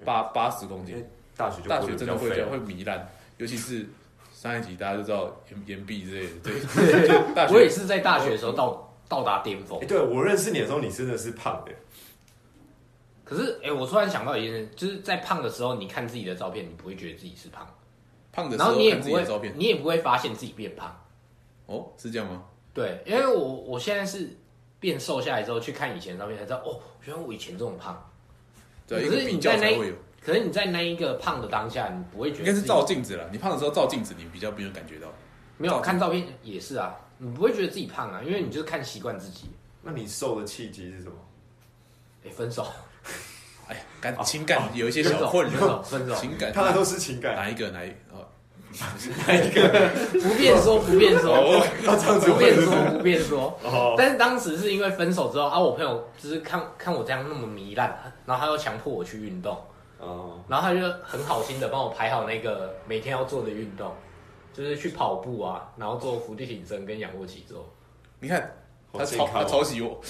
B: 八八十公
C: 因
B: 斤
C: 为。大学就
B: 大
C: 过
B: 学
C: 得比
B: 真
C: 较
B: 的会
C: 废啊
B: 这样
A: 啊
C: 了
B: 会糜烂，尤其是上一集大家都知道岩岩壁之类的，
A: (laughs)
B: 对，就大
A: 我也
B: 学
A: 是在大学的时候到到达巅峰
C: 哎，。对我认识你的时候，你真的是胖的，
A: 可是，哎、我突然想到一件事，就是在胖的时候，你看自己的照片，你不会觉得自己是胖，
B: 胖的时
A: 然后
B: 候
A: 你也
B: 看自
A: 不
B: 己
A: 会
B: 的照片，，
A: 你也不会发现自己变胖。
B: 哦，是这样吗？
A: 对，因为我我现在是变瘦下来之后去看以前的照片，才知道哦，原来我以前这么胖。
B: 对，一
A: 可
B: 个
A: 是
B: 比
A: 你
B: 较
A: 在那
B: 才
A: 一
B: 会有，
A: 可是你在那一个胖的当下，你不会觉
B: 应
A: 得
B: 该是
A: 自己
B: 照镜子了。你胖的时候照镜子，你比较没有感觉到。
A: 没有看照片也是啊，你不会觉得自己胖啊，因为你就是看习惯自己。
C: 那你瘦的契机 (laughs) 是什么？
A: 哎、分手， (laughs)
B: 哎呀，感
C: 哦
B: 情感有一些
A: 分
B: 小
A: 手，
B: 混
A: 分
B: 乱
A: 手，，分手，
B: 情感
C: 他的都是情感，
B: 哪一个哪一个哦，
C: 哎 (laughs)
A: 不便说，不便
B: 哦
A: 说，
C: 他这样子
A: 不
C: 会
A: 便
C: 是
A: 说，不便说。
C: 哦，
A: 但是当时是因为分手之后啊，我朋友就是看看我这样那么糜烂，然后他又强迫我去运动，
C: 哦，
A: 然后他就很好心的帮我排好那个每天要做的运动，就是去跑步啊，然后做伏地挺身跟仰卧起坐。
B: 你看
C: 好
B: 他
C: 健
B: 抄
C: 康
B: 他
C: 哦
B: 抄袭我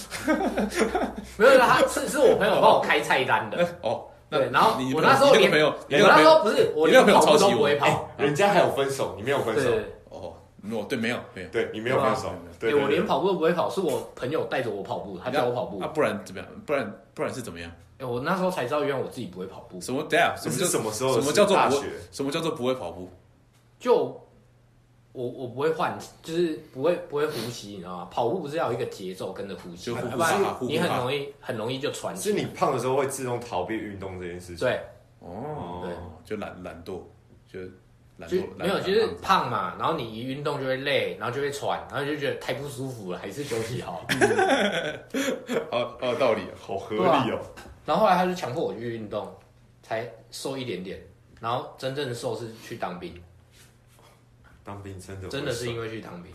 A: 没有，他是是我朋友帮我开菜单的。
B: 哦， (laughs) 那
A: 对，然后
B: 你
A: 我那时候
B: 你那
A: 连
B: 个朋友，你
A: 我那
B: 朋
A: 时
B: 友
A: 候不是我
B: 你
A: 连
B: 那个朋友
A: 跑步
B: 抄
A: 都
B: 袭
A: 不会
B: 我
A: 跑，
C: 人家还有分手，你没有分
A: 对
C: 手，
A: 对
B: 哦，没有对没有没有，
C: 对啊哎你没有分手，对
A: 对，我连跑步都不会跑，是我朋友带着我跑步，他叫我跑步
B: 啊，。不然怎么样？不然不然是怎么样？
A: 哎，我那时候才知道，原来我自己不会跑步。
B: 什么等一下？
C: 这
B: 什么
C: 是
B: 叫
C: 什么时候
B: 什
C: 的事？
B: 么叫做
C: 大
B: 不
C: 学
B: 会？？什么叫做不会跑步？
A: 就我我不会换，就是不会不会呼吸，你知道吗？跑步不是要有一个节奏跟着呼吸，
B: 就呼
A: 要
B: 呼
A: 不然
B: 哈呼
A: 你
B: 呼
A: 很
B: 哈，
A: 容易很容易就喘
C: 是
A: 气。
C: 你胖的时候会自动逃避运动这件事情。
A: 对，
B: 哦，就懒懒惰，就懒
A: 就
B: 惰，
A: 没有，
B: 懒
A: 就是
B: 懒胖
A: 胖嘛，然后你一运动就会累，然后就会喘，然后就觉得太不舒服了，还是休息好。
C: 嗯
B: 子哦哦，道理啊
C: 好合理哦。
A: 然后后来他就强迫我去运动，才瘦一点点。然后真正瘦是去当兵，
C: 当兵真的会
A: 真的是
C: 瘦
A: 因为去当兵，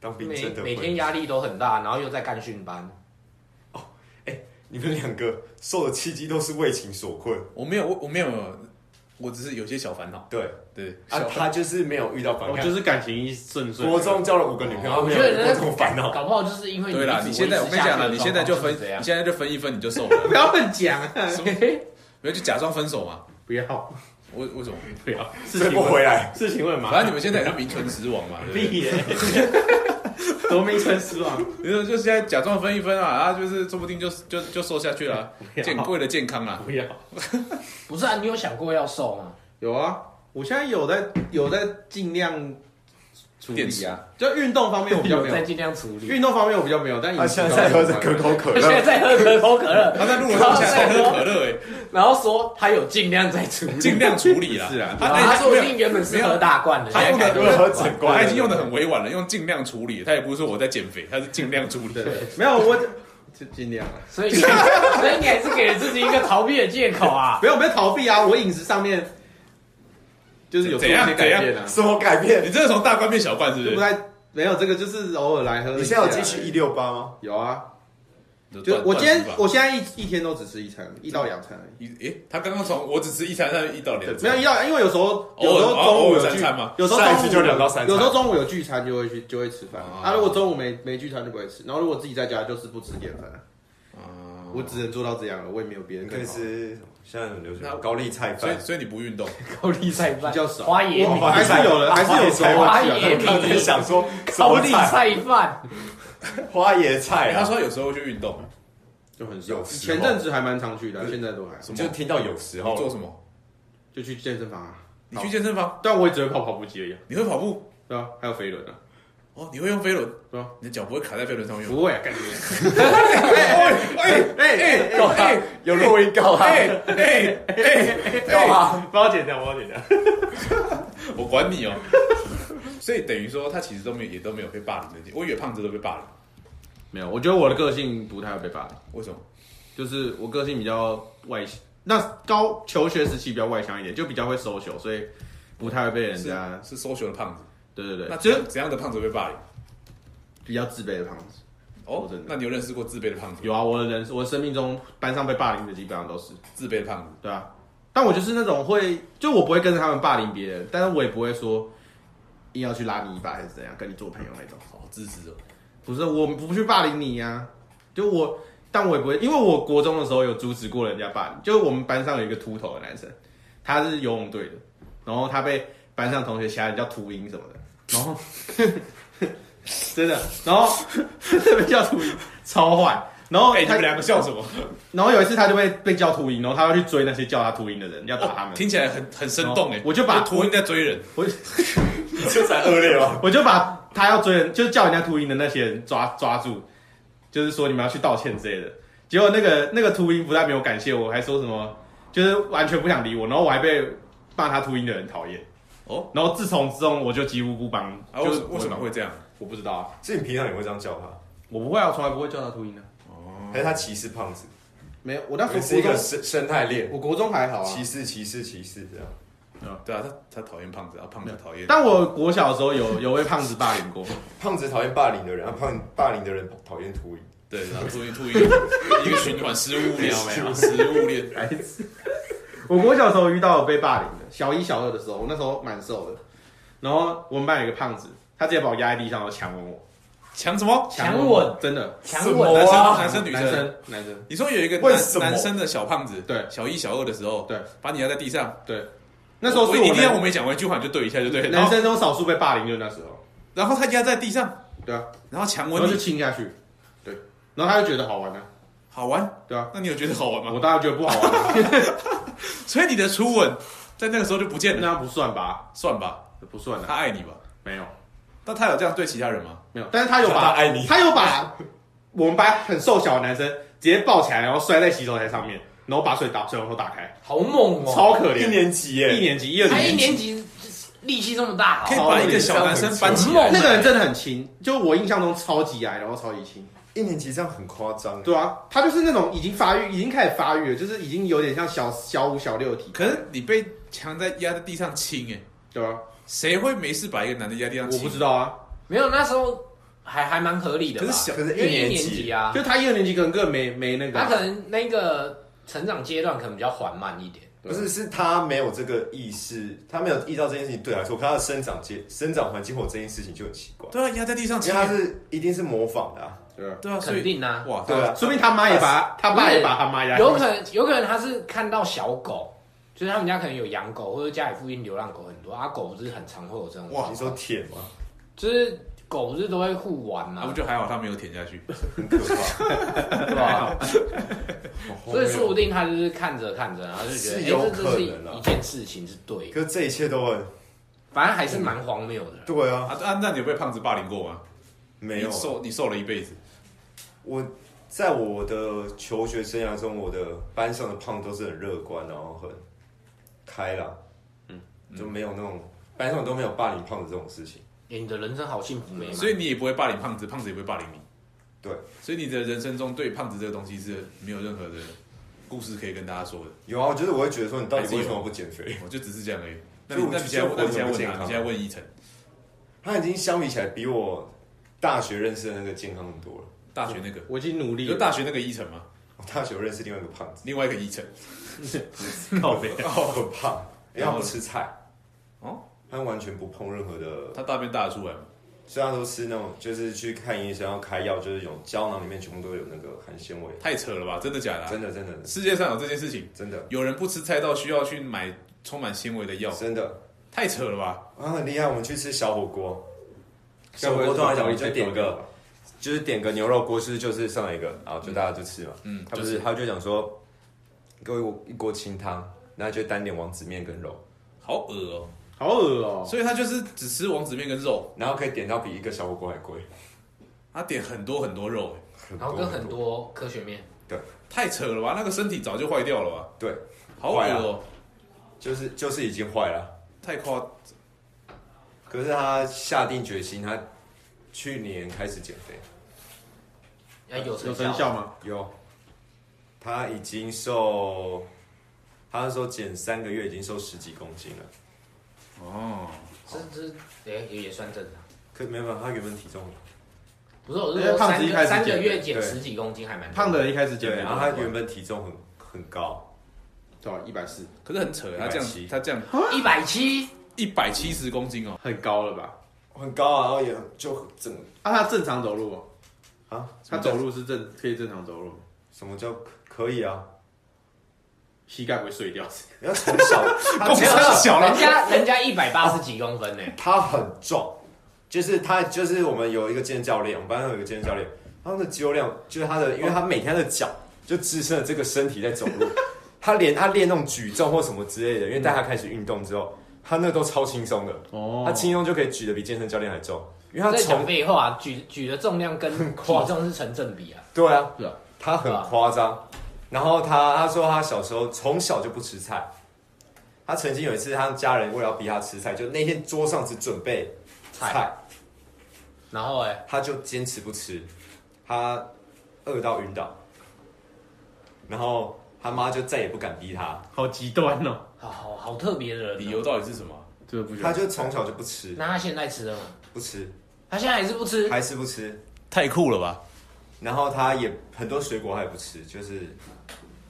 C: 当兵
A: 每
C: 真的
A: 每
C: 会
A: 天压力都很大，然后又在干训班，
C: 你们两个受的契机都是为情所困，
B: 我没有，我我没有，我只是有些小烦恼。
C: 对
B: 对，
C: 啊，
B: 小
C: 他哦就是没有遇到反
D: 我
C: 抗。
D: 就是感情一顺顺。
C: 国中交了五个女朋友，他
A: 我
C: 没
A: 觉
C: 有
A: 得
C: 过
A: 人
C: 这
A: 家
C: 种烦恼。
A: 搞不好就是因为
B: 对啦，
A: 一直
B: 你现在我
A: 维持
B: 跟
A: 下
B: 你
A: 去
B: 讲啦，
A: 的
B: 你现在就
A: 状况
B: 分，
A: 是这
B: (laughs)
A: 样
B: 你现在就分一分，你就瘦了，
D: (laughs) 不要乱讲啊！ (laughs)
B: 没有就假装分手嘛。
D: 不要
B: 我为
D: (laughs)
B: 什么？
D: 不要，事
C: 追
D: 情
C: 不
D: 会
C: 回来，
D: 事情会很麻
B: 反正
D: 烦
B: 你。们现在也是名存实亡嘛，对不对
D: (laughs) 屁耶！多名存实亡，
B: 你说就现在假装分一分啊，然后就是说不定就就就瘦下去了，啊
D: 要
B: 健为了健康啊。
D: 不要。
A: 不是啊？你有想过要瘦吗？
D: 有啊，我现在有在有在尽量处
B: 电
D: 理
B: 池
D: 啊，就运动方面我
A: (laughs)
D: 比较没
A: 在
D: 有，
A: 尽量处理。
D: 运动方面我比较没有，但饮
C: 他
D: 食
C: 啊现在在喝着可
D: 方面
C: 口
A: 他
C: 可
A: 现在
C: 乐，
A: 在喝
C: (laughs)
A: 可口可乐，
B: 他在路上下在喝可乐，哎，
A: 然后说他有尽量在
B: (laughs)
A: 处理，
B: 尽量处理啦。
D: (laughs) 是啊
B: 他
A: 然后他
B: 哎
A: 说
B: 没
A: 一
B: 有
A: 定原本是喝大罐的，
B: 他
A: 现在
B: 用
A: 改
B: 的
A: 成
C: 没有喝整罐
B: 他已经用的很委婉了，用尽量处理，他也不是说我在减肥，他是尽量处理。
D: 对对，没有我就尽量啊，
A: 所以你，所以你还是给了自己一个逃避的借口
D: (laughs)
A: 啊！
D: 没有没有逃避啊，我饮食上面就是有做
B: 怎
D: 一
B: 样
D: 些改变啊，
C: 什么改变？
B: (laughs) 你真的从大罐变小罐是不
D: 就是不？太没有这个就是偶尔来喝一
C: 你现
D: 下
C: 在
D: 啊。
C: 有继续一六八吗？
D: 有啊，
B: 就
D: 就
B: 断
D: 我今天
B: 断食法
D: 我现在一一天都只吃一餐，一到两餐而已。
B: 一诶，他刚刚从我只吃一餐，他一到两
D: 没有
B: 餐，
D: 一到，因为有时候
B: 偶
D: 有
B: 尔
D: 时候中午
B: 偶
D: 有
B: 尔三
D: 聚
B: 餐嘛
D: 有时候
C: 上一
D: 中
C: 次
D: 午
C: 就两到三餐
D: 有时候中午有聚餐就会去就会吃饭
B: 哦
D: 啊。如果中午没没聚餐就不会吃，然后如果自己在家就是不吃点饭啊，
B: 啊
D: 我只能做到这样了，我也没有别
C: 你
D: 人
C: 可以
D: 更好。
C: 吃现在很流
B: 那
C: 行高丽菜
B: 所以
C: 饭，
B: 所以你不运动，
D: 啊
A: 高丽菜饭
D: 比较少
A: 花椰米
D: 我还是有人还是有时候
A: 花
D: 会
A: 椰
D: 去啊
A: 米，
C: 刚才想说什
A: 高
C: 么
A: 丽
C: 菜？
A: 菜饭，
C: 花椰菜
B: 哎他
C: 啊，
B: 说他有时候去运动，
D: 就很少。
C: 有时候
D: 前阵子还蛮常去的啊，现在都还好
B: 什么
C: 就听到有时候
B: 做
C: 了
B: 什么？
D: 就去健身房啊。
B: 你去健身房，
D: 但我也只会跑跑步机而已啊，
B: 你会跑步
D: 对吧？还有飞轮啊，
B: 哦，你会用飞轮
D: 对啊，
B: 你的脚不会卡在飞轮上面吗？
D: 不会啊，感觉。
B: 哎哎哎哎，
C: 有录音稿啊，
B: 哎 (laughs) 哎哎
C: 有
B: 哎，
C: 啊，
D: 帮我剪掉，帮我剪掉。
B: 我管你哦。 (laughs) 所以等于说，他其实都没有，也都没有被霸凌的经历。我以为胖子都被霸凌，
D: 没有，我觉得我的个性不太会被霸凌。
B: 为什么？
D: 就是我个性比较外向，那高求学时期比较外向一点，就比较会 social，所以不太会被人
B: 是
D: 家，
B: 是 social 的胖子，
D: 对对对，
B: 那怎
D: 就是
B: 样怎样的胖子会被霸凌？
D: 比较自卑的胖子。
B: 哦
D: 说真，的
B: 那你有认识过自卑的胖子？
D: 有啊，我的人我生命中班上被霸凌的基本上都是，
B: 自卑的胖子，
D: 对啊，但我就是那种会，就我不会跟着他们霸凌别人，但是我也不会说硬要去拉你一把还是怎样，跟你做朋友那种。
B: 好自知哦。
D: 不是，我不去霸凌你呀、就我，但我也不会，因为我国中的时候有阻止过人家霸凌，就是我们班上有一个秃头的男生，他是游泳队的，然后他被班上同学其他人叫秃鹰什么的，然后 (laughs) 真的，然后 (laughs) 特别叫秃鹰，超坏，然后
B: 哎，你
D: 哦他，
B: 们两个笑什么？
D: 然后有一次他就被被叫秃鹰，然后他要去追那些叫他秃鹰的人，要打他们，
B: 听起来很很生动哎。
D: 哦我就把
B: 秃鹰在追人， (laughs)
D: 我
C: 你这才
D: (laughs)
C: 恶劣吧？
D: 我就把他要追人，就是叫人家秃鹰的那些人抓抓住，就是说你们要去道歉之类的。结果那个那个秃鹰不但没有感谢我，还说什么就是完全不想理我，然后我还被骂他秃鹰的人讨厌。
B: 哦，
D: 然后自从之后我就几乎不帮。
B: 啊，为
D: 就是
B: 什为什么会这样？
D: 我不知道啊，
C: 是你平常也会这样叫他，
D: 我不会啊，我从来不会叫他秃鹰的。
C: 还是他歧视胖子？
D: 没有，我那时
C: 你
D: 候
C: 是
D: 国
C: 一个
D: 中，
C: 生生态链，
D: 我国中还好啊。
C: 歧视歧视歧视这样。
B: 对啊，他他讨厌胖子，啊，胖子讨厌。
D: 哦但我国小的时候有有被胖子霸凌过，
C: 胖子讨厌霸凌的人，啊胖霸凌的人讨厌秃鹰。
B: 对，然后秃鹰秃鹰一个循环食物链，没
D: (laughs)
B: 有啊食物链。
D: 白痴。 (laughs) 我国小的时候遇到有被霸凌的，小一小二的时候，我那时候蛮瘦的，然后我们班有一个胖子，他直接把我压在地上，然后强吻我，
B: 抢什么？
A: 强
D: 吻
A: 吻
D: 我，真的，
A: 强
C: 什么
A: 吻
B: 男生
C: 哇
B: 男生女
D: 啊男
B: 生？
D: 生男生，
B: 你说有一个
C: 为什
B: 男
C: 么
B: 男生的小胖子，
D: 对
B: 小一小二的时候，
D: 对，
B: 把你压在地上。
D: 对，那时候是
B: 我一定要我
D: 们
B: 没讲完一句话你就对一下就对了。然
D: 男
B: 后
D: 生中少数被霸凌，就是那时候，
B: 然后他压在地上，
D: 对啊，
B: 然后强
D: 然
B: 吻
D: 后就
B: 你，
D: 亲下去，对，然后他就觉得好玩啊，
B: 好玩。
D: 对啊，
B: 那你有觉得好玩吗？
D: 我当然觉得不好玩啊，
B: 所以你的初吻在那个时候就不见了，
D: 那不算吧，
B: 算吧，
D: 不算啊，
B: 他爱你吧。
D: 没有
B: 但他有这样对其他人吗？
D: 没有，但是他有把
C: 他爱你
D: 他有把我们班很瘦小的男生直接抱起来，然后摔在洗手台上面，然后把水打水龙头打开，
A: 好猛哦！
D: 超可
C: 一
D: 怜。
C: 年级耶，
D: 一年啊级，一二
A: 他一
D: 年级
A: 年，级力气这么大、
B: 可以
A: 哦，
B: 把一个小男生搬起来。
D: 那个人真的很轻，就我印象中超级矮，然后超级轻。
C: 一年级这样很夸张耶。
D: 对啊，他就是那种已经发育，已经开始发育了，就是已经有点像小小五、小六的体，
B: 可是你被强在压在地上亲，哎，
D: 对啊，
B: 谁会没事把一个男的压地上
D: 我
B: 亲
D: 不？知道啊，
A: 没有那时候还还蛮合理的吧，
B: 可是小
C: 可是
A: 因
C: 一
A: 为一
C: 年
A: 年
C: 级
A: 级啊，
D: 就他一二年级可能根本没没那个
A: 他
D: 啊、
A: 可能那个成长阶段可能比较缓慢一点。
C: 不是，是他没有这个意识，他没有意识到这件事情对他来说，可他的生长阶生长环境或者这件事情就很奇怪，
B: 对啊，压在地上
C: 因
B: 亲，
C: 为他是一定是模仿的、啊，
D: 对啊，
B: 对啊，所
A: 肯
B: 以
A: 定啊，
B: 哇，
C: 对啊，
D: 说不定他妈也把他爸也把他妈压下去，
A: 有可能有可能他是看到小狗，就是他们家可能有养狗，或者家里附近流浪狗很多，啊狗不是很常会有这种，
B: 哇
C: 你说舔吗？
A: 就是狗不是都会互玩
B: 啊那不 (laughs)
A: 嘛，
B: 就还好他没有舔下去，
C: 很可怕，
A: 对吧？
C: 好
A: 所以说
C: 荒
A: 不
C: 谬
A: 定他就是看着看着，然后就觉得，
C: 是
A: 哎、
C: 有
A: 这这是
C: 可能啊
A: 一件事情是对的，
C: 可是这一切都很
A: 反正还是蛮荒谬的。
C: 对
B: 啊
C: 啊，
B: 啊，那你有被胖子霸凌过吗？
C: 没有啊
B: 你受你受了一辈子，
C: 我在我的求学生涯中，我的班上的胖都是很乐观，然后很开朗，嗯，就没有那种班上都没有霸凌胖子这种事情。
A: 哎你的人生好幸福美满，
B: 所以你也不会霸凌胖子，胖子也不会霸凌你。
C: 对，
B: 所以你的人生中对胖子这个东西是没有任何的故事可以跟大家说的，
C: 有啊，我觉得我会觉得说，你到
B: 还是
C: 底
B: 有
C: 为什么不减 (laughs) 肥？
B: 我就只是这样而已。那
C: 所以
B: 你
C: 我
B: 那
C: 就
B: 你现在
C: 觉得
B: 那你现在
C: 我
B: 问
C: 健
B: 他，
C: 康
B: 你现在问依晨，
C: 他已经相比起来比我大学认识的那个健康很多了。
B: 大学那个，
C: 嗯
D: 我已经努
B: 你
D: 力
B: 说
D: 了，
B: 大学那个依晨吗？
C: 我大学有认识另外一个胖子，哦
B: 另外一个
C: (laughs)
B: 哦依晨，
D: 靠
B: (laughs)
D: 背，
C: 很胖，因为他
B: 然后
C: 不吃菜，
B: 哦
C: 哦，他完全不碰任何的，
B: 他大便大得出来吗？
C: 虽然都吃那种，就是去看医生要开药，就是有胶囊里面全部都有那个含纤维，
B: 太扯了吧，真的假的啊、
C: 真的真的
B: 世界上有这件事情，
C: 真的
B: 有人不吃菜到需要去买充满纤维的药，
C: 真的。
B: 太扯了吧？
C: 啊，很厉害！我们去吃小火锅，
D: 该
C: 小
D: 不
C: 火
D: 会
C: 锅通常讲
D: 是
C: 你就点个，就是点个牛肉锅，是就是上来一个，然后就大家就吃嘛。
B: 嗯，
C: 他
B: 就
C: 不
B: 是
C: 是，他就讲说，给我一锅一锅清汤，然后就单点王子面跟肉，
B: 好恶哦、
D: 好恶哦、
B: 所以他就是只吃王子面跟肉，
C: 然后可以点到比一个小火锅还贵，
B: 他点很多很多肉、
C: 很
A: 然后
C: 多
A: 跟很多科学面，
B: 太扯了吧？那个身体早就坏掉了吧？
C: 对，
B: 好恶
C: 坏啊
B: 哦、
C: 就是就是已经坏了。
B: 太夸
C: 可是他下定决心，他去年开始减肥，
A: 哎、有
D: 有
A: 成
D: 生效吗？
C: 有，他已经瘦，他那时候减三个月已经瘦十几公斤了。
B: 哦，
A: 这这哎也也算正常。
C: 可没办法，他原本体重
A: 不是，我是
D: 因为
A: 说
D: 胖子
A: 三
D: 一开
A: 个
D: 始
A: 三
D: 减
A: 个
D: 肥
A: 月减
C: 对
A: 十几公斤还蛮多
D: 胖的人一开始减
C: 对，
D: 肥，
C: 然后他原本体重很很高，
D: 对啊吧？一百四，
B: 可是很扯，他这样
C: 170
B: 他这样
A: 一百七，
B: 一百七十公斤哦，
D: 很高了吧？
C: 很高啊，然后也就整
D: 啊，他正常走路吗？
C: 啊，
D: 他走路是正可以正常走路吗，
C: 什么叫可可以啊？
D: 膝盖不会碎掉。
C: 你要从 (laughs) 小，他
B: 公司小
A: 人
B: 了，
A: 家人家一百八十几公分呢、
C: 他很壮，就是他就是我们有一个健身教练，我们班上有一个健身教练，他的肌肉量就是他的，因为他每天的脚就支撑着这个身体在走 (laughs) 路，他连他练那种举重或什么之类的，因为大家开始运动之后，他那都超轻松的，
D: 哦
C: 他轻松就可以举得比健身教练还重，因为他
A: 在
C: 从
A: 讲废话，举举的重量
C: (laughs)
A: 跟体
C: 夸
A: 重是成正比啊。
C: 对啊
D: 是啊，
C: 他很夸张。然后他他说他小时候从小就不吃菜，他曾经有一次他家人为了要逼他吃菜，就那天桌上只准备菜，
A: 菜然后哎、
C: 他就坚持不吃，他饿到晕倒，然后他妈就再也不敢逼他，
D: 好极端哦，
A: 好好好特别的人哦、
B: 理由到底是什么？
D: 这个不行。
C: 他就从小就不吃
A: 那他现在吃了吗？
C: 不吃，
A: 他现在还是不吃，
C: 还是不吃，
B: 太酷了吧？
C: 然后他也很多水果他也不吃，就是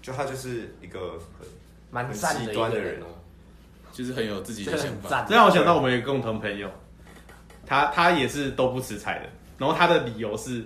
C: 就他就是一个很
A: 蛮赞的一个人哦、
B: 就是很有自己
A: 就
B: 的
A: 是
B: 想
A: 很 (laughs)
B: 法，
A: 赞。
D: 这让我想到我们有一个共同朋友，他他也是都不吃菜的，然后他的理由是，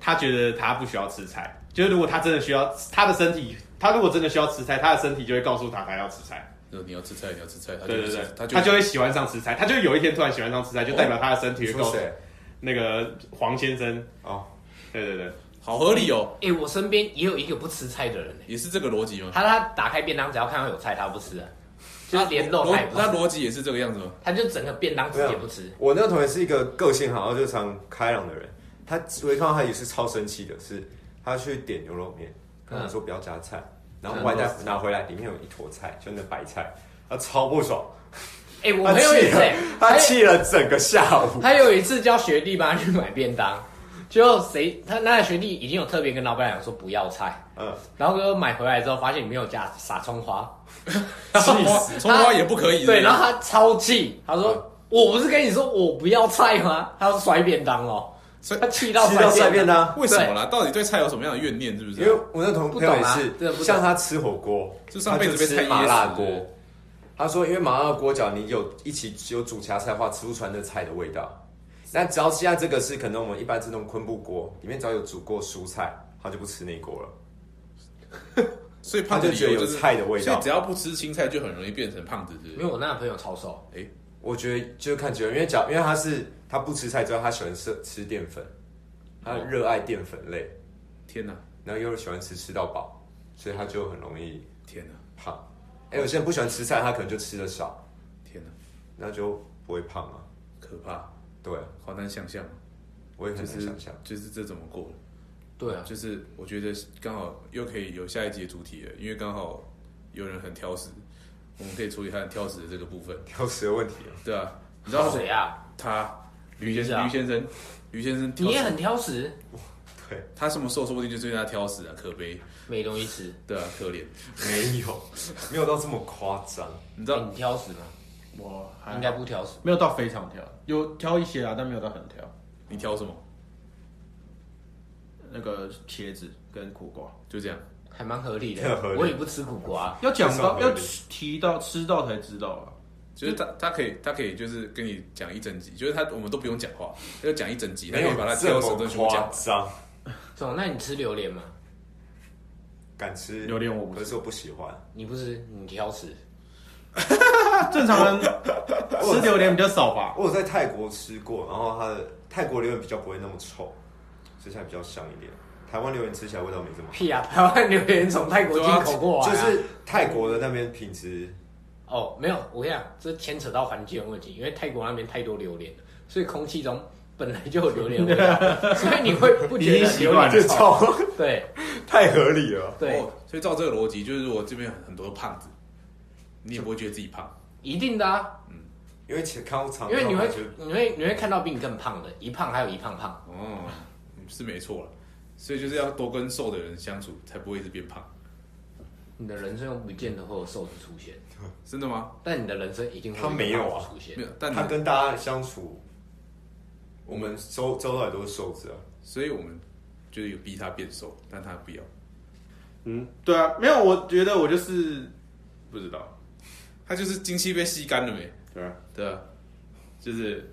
D: 他觉得他不需要吃菜，就是如果他真的需要，他的身体，他如果真的需要吃菜，他的身体就会告诉他他要吃菜，
B: 就你要吃菜，你要吃菜，他就
D: 对对
B: 吃
D: 对，
B: 他
D: 他
B: 就
D: 就会喜欢上吃菜，他就有一天突然喜欢上吃菜，就代表他的身体会
C: 说
D: 告诉
C: 谁
D: 那个黄先生，
C: 哦，
D: 对对对，
B: 好合理哦，
A: 哎、我身边也有一个不吃菜的人、欸，
B: 也是这个逻辑吗？
A: 他他打开便当，只要看到有菜，他不吃啊，就是连肉他也不
B: 那
A: 吃，
B: 逻辑也是这个样子吗？
A: 他就整个便当自己也不吃。
C: 我那个同学是一个个性好，然后就常开朗的人。
A: 嗯
C: 他我一看到他也是超生气的，是他去点牛肉面，跟我说不要加菜，然后外带拿回来，里面有一坨菜，就那白菜，他超不爽，
A: 哎、我
C: 他
A: 朋友
C: 气
A: 也是、
C: 了
A: 欸，，
C: 他气了整个下午。
A: 他有一次叫学弟帮他去买便当，结果谁他那个学弟已经有特别跟老板娘说不要菜，
C: 嗯，
A: 然后哥买回来之后发现里面有加撒葱花，
B: 葱花葱花也不可以。
A: 对，然嗯
B: 后
A: 后他超气，他说、我不是跟你说我不要菜吗？他要摔便当哦，
B: 所以
A: 他气到
C: 吃到啊
A: 摔
C: 晒便
A: 当，
C: 当，
B: 为什么啦？到底对菜有什么样的怨念？是不是
C: 因
B: 啊？
C: 为我那同
A: 不
C: 朋
A: 懂
C: 友
A: 啊
C: 也
A: 真的不懂
C: 是，像他吃火锅，
B: 就上辈子被
C: 他就
B: 菜
C: 吃麻
B: 噎
C: 辣
B: 死
C: 锅。他说，因为麻辣锅，只要你有一起有煮夹菜的话，吃不出来那菜的味道。那只要现在这个是可能我们一般是那种昆布锅，里面只要有煮过蔬菜，他就不吃那锅了。
B: 所以胖子
C: 他就觉得
B: 理由就是
C: 有菜的味道
B: 所以只要不吃青菜，就很容易变成胖子，是不
A: 因
B: 是
A: 为？我那个朋友超瘦，
C: 我觉得就是看觉得，因为讲，因为他是他不吃菜之后，他喜欢吃吃淀粉，他热爱淀粉类，
B: 天哪，
C: 然后又喜欢吃吃到饱，所以他就很容易
B: 天哪，
C: 胖。哎、有些人不喜欢吃菜，他可能就吃的少，
B: 天哪，
C: 那就不会胖啊。
B: 可怕，
C: 对，啊
B: 好难想象，
C: 我也很
B: 就
C: 难
B: 是
C: 想象。
B: 就是这怎么过？
A: 对啊，
B: 就是我觉得刚好又可以有下一集的主题了，因为刚好有人很挑食，我们可以处理他很挑食的这个部分，
C: 挑食的问题啊，
B: 对啊，你知
A: 挑
B: 道
A: 谁啊？
B: 他吕先
A: 是啊
B: 生，吕先生，吕先生挑
A: 你也
B: 食，
A: 很挑食，
C: 对，
B: 他什么时候说不定就是因为他挑食啊，可悲，
A: 没东西吃，
B: 对啊，可怜。
C: 没有，没有到这么夸张。
B: 你知
A: 那
C: 嗯
B: 道
A: 哎你挑食吗？
D: 我
A: 应该不挑食，
D: 没有到非常挑，有挑一些啊，但没有到很挑。
B: 你挑什么？
D: 那个茄子跟苦瓜，
B: 就这样，
A: 还蛮合理
C: 很
A: 的
C: 合。理
A: 我也不吃苦瓜，
D: 要讲到
C: 非常合理
D: 要提到吃到才知道啊。
B: 就是
C: 嗯
B: 他他可以他可以就是跟你讲一整集，就是他我们都不用讲话，他就讲一整集，他
C: 没
B: 可以
C: 有
B: 把他
C: 这
B: 挑食的
C: 么
B: 东西全部
C: 夸
B: 讲完。
C: 张，
A: 怎么？那你吃榴莲吗？
C: 敢吃
D: 榴莲我不吃
C: 可是我不喜欢。
A: 你不吃，你挑食。
D: 正常人吃榴莲比较少吧？
C: 我有在泰国吃过，然后它的泰国榴莲比较不会那么臭，吃起来比较香一点。台湾榴莲吃起来味道没这么
A: 屁啊！台湾榴莲从泰国进口过
C: 好，
A: 来、啊，
C: 就是泰国的那边品质
A: 哦，没有，我跟你讲，这牵扯到环境的问题，因为泰国那边太多榴莲了，所以空气中本来就有榴莲味
D: (laughs)
A: 道，所以你会不觉
D: 已
A: 得
D: 经习
A: 榴
D: 惯
A: 莲
D: 了
C: 这超
A: 对
C: (laughs) 太合理了。
A: 对，
B: 哦，所以照这个逻辑，就是我这边很多胖子，你也不会觉得自己胖。
A: 一定的啊，
C: 因为前看我
D: 哦
C: 常
A: 因为你会
C: 觉得
A: 你会你会看到比你更胖的，一胖还有一胖胖，
B: 哦，是没错了。所以就是要多跟瘦的人相处，才不会一直变胖。
A: 你的人生又不见得会有瘦子出现，
B: 真的吗？
A: 但你的人生一定会
C: 他没有啊
A: 胖子出现
B: 没。有，但
C: 他
B: 你
C: 跟大家相处，我们周周到也都是瘦子啊。
B: 所以我们就是有逼他变瘦，但他不要。
D: 嗯，对啊，没有，我觉得我就是不知道，
B: 他就是精气被吸干了没？
D: 对啊，
B: 对啊，就是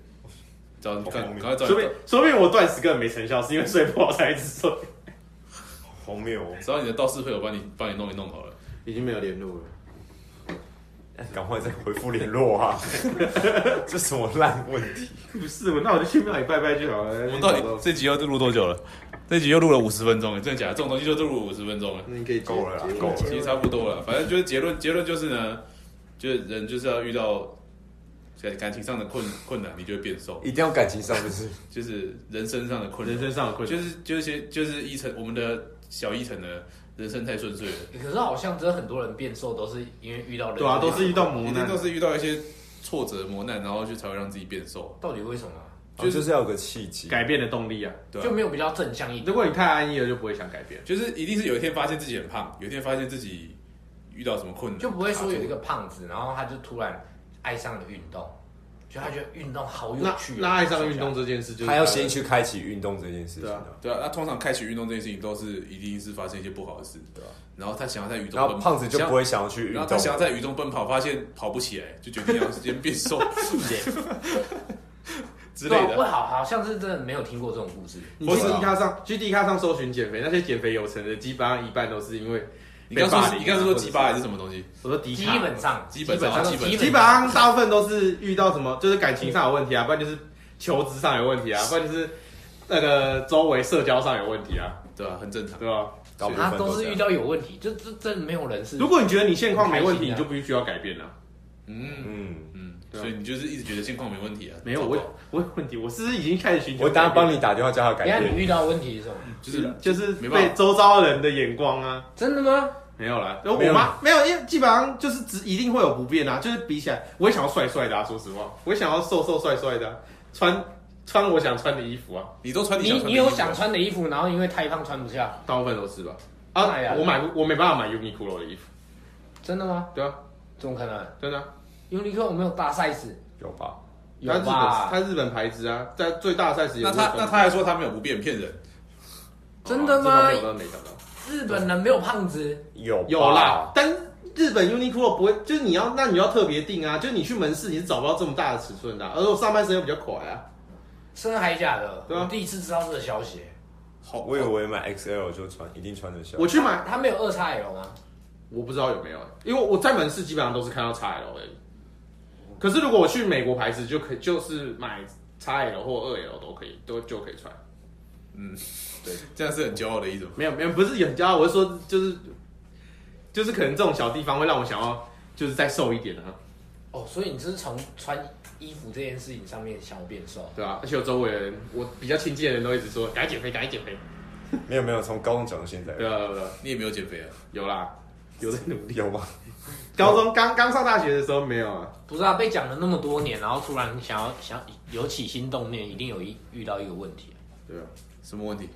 B: 找
C: 好
B: 赶
C: 荒
B: 赶
C: 谬
B: 快找
D: 说不定
B: 你
D: 说不定我断食根本没成效，是因为睡不好才一直睡。
C: 荒谬哦，
B: 找你的道士朋友帮你帮你弄一弄好了。
D: 已经没有联络了，
C: (laughs) 赶快再回复联络啊！ (laughs) 这什么烂问题？
D: 不是我，那我就去庙里拜拜就好了。我
B: 我们到底这集又录多久了？这集又录了五十分钟了，真的假的？这种东西就录五十分钟了，
D: 那你可以
C: 够了啦
D: 结
C: 够了
D: 结
B: 其实差不多了。反正就是结论，结论就是呢，就是人就是要遇到在感情上的困困难，你就会变瘦；
C: 一定要感情上就是
B: 就是人生上的困难
D: 人，生上的困
B: 就
D: 难，
B: 是就是就是一层我们的小一层呢，人生太顺遂了，
A: 可是好像真的很多人变瘦都是因为遇到人
D: 对啊，都是遇到磨
B: 一定
D: 难
B: 都。是遇到一些挫折磨难，然后就才会让自己变瘦。
A: 到底为什么啊、
B: 就是
C: 哦就是要有个契机。
D: 改变的动力啊！
B: 对啊
A: 就没有比较正向一点。
D: 如果你太安逸了，就不会想改变。
B: 就是一定是有一天发现自己很胖，有一天发现自己遇到什么困难，
A: 就不会说有一个胖子，然后他就突然爱上了运动，就他觉得运动好有
D: 那
A: 趣哦、
D: 那爱上运动这件事，就是
C: 他要先去开启运动这件事情、啊。
B: 对啊，那通常开启运动这件事情都是一定是发生一些不好的事，对然后他想要在雨中
C: 然后
B: 奔跑，
C: 胖子就不会想要去
B: 想，
C: 运
B: 然后他
C: 动，
B: 想要在雨中奔跑，发现跑不起来，就决定要先变瘦 (laughs) 之类
A: 对啊，我
B: 的。
A: 好好像是真的没有听过这种故事。
D: 你去 D 卡上，去 D 卡上搜寻减肥，那些减肥有成的，基本上一半都是因为
B: 你刚
D: 被霸
B: 说
D: 凌啊
B: 你刚说
D: 或者
B: 鸡巴还是什么东西？
D: 我说迪
A: 基
D: 卡，
A: 本上，
B: 基本上
A: 上，
B: 基本
A: 基
D: (laughs) 基本上大部分都是遇到什么，就是感情上有问题啊，不然就是求职上有问题啊，不然就是那个周围社交上有问题啊，
B: 对啊，很正常。
D: 对吧？
C: 大部分
A: 他都是遇
C: 这样
A: 到有问题，就这真的没有人是。
D: 如果你觉得你现况没问
A: 很
D: 题，
A: 开心啊
D: 你就不需要改变了。
B: 嗯
C: 嗯，
B: 嗯，
D: 对啊
B: 所以你就是一直觉得现况没问题啊？
D: 没有，我
B: 糟糕
D: 我有问题，我是不是已经开始寻求？
C: 我当然帮你，打电话叫他
A: 等
C: 改
A: 一下
C: 变
A: 你。遇到问题是什么？
B: 就是
D: 就是
B: 没办
D: 被
B: 法
D: 周遭人的眼光啊，
A: 真的吗？
D: 没有啦，我
B: 没有
D: 妈没有，因为基本上就是只一定会有不变啊，就是比起来，我也想要帅帅的啊，说实话，我也想要瘦瘦帅帅的啊、穿穿我想穿的衣服啊，
B: 嗯你都穿
A: 你
B: 想穿的
A: 你
B: 衣服啊
A: 有想穿的衣服，然后因为太胖穿不下，
D: 大部分都是吧。
A: 哎呀
D: 啊，我买不我没办法买 Uniqlo 的衣服，
A: 真的吗？
D: 对啊，
A: 怎么可能？
D: 真的啊、
A: 优衣库我没有大 size，
C: 有吧？
A: 有
D: 它日
A: 吧？
D: 本它日本牌子啊，在最大赛事也
B: 那
D: 不是
B: 他
D: 分
B: 那他还说他没有不变，骗人。
A: 真的
D: 哦
A: 吗
D: 这方面我倒没想到。
A: 日本人没有胖子，
C: 有
D: 有啦，，但日本 Uniqlo 不会，就是你要，那你要特别定啊，就是你去门市你是找不到这么大的尺寸的啊、而且我上半身又比较垮啊，
A: 真的还假的？
D: 对啊
A: 我第一次知道这个消息。
B: 好，
C: 我以为买 XL 就穿，一定穿得
B: 啊
C: 下。
D: 我去买，
A: 他没有二叉 L 吗？
D: 我不知道有没有欸、因为我在门市基本上都是看到 XL 而已。可是如果我去美国牌子，就可以就是买 XL 或二 L 都可以，都就可以穿。
B: 这样是很骄傲的意思吗？
D: 没有没有，不是有很骄傲，我是说就是就是可能这种小地方会让我想要就是再瘦一点啊，
A: 哦，所以你就是从穿衣服这件事情上面想要变瘦。
D: 对吧、而且我周围的人，我比较亲近的人都一直说赶紧减肥，赶紧减肥。
C: 没有没有，从高中讲到现在，
D: 对啊对啊对啊，
B: 你也没有减肥啊？
D: 有啦，有在努力。
C: 有吗？
D: 高中刚刚上大学的时候没有啊，
A: 不是啊，被讲了那么多年，然后突然想要想要有起心动念，一定有一遇到一个问题，
D: 对啊，
B: 什么问题？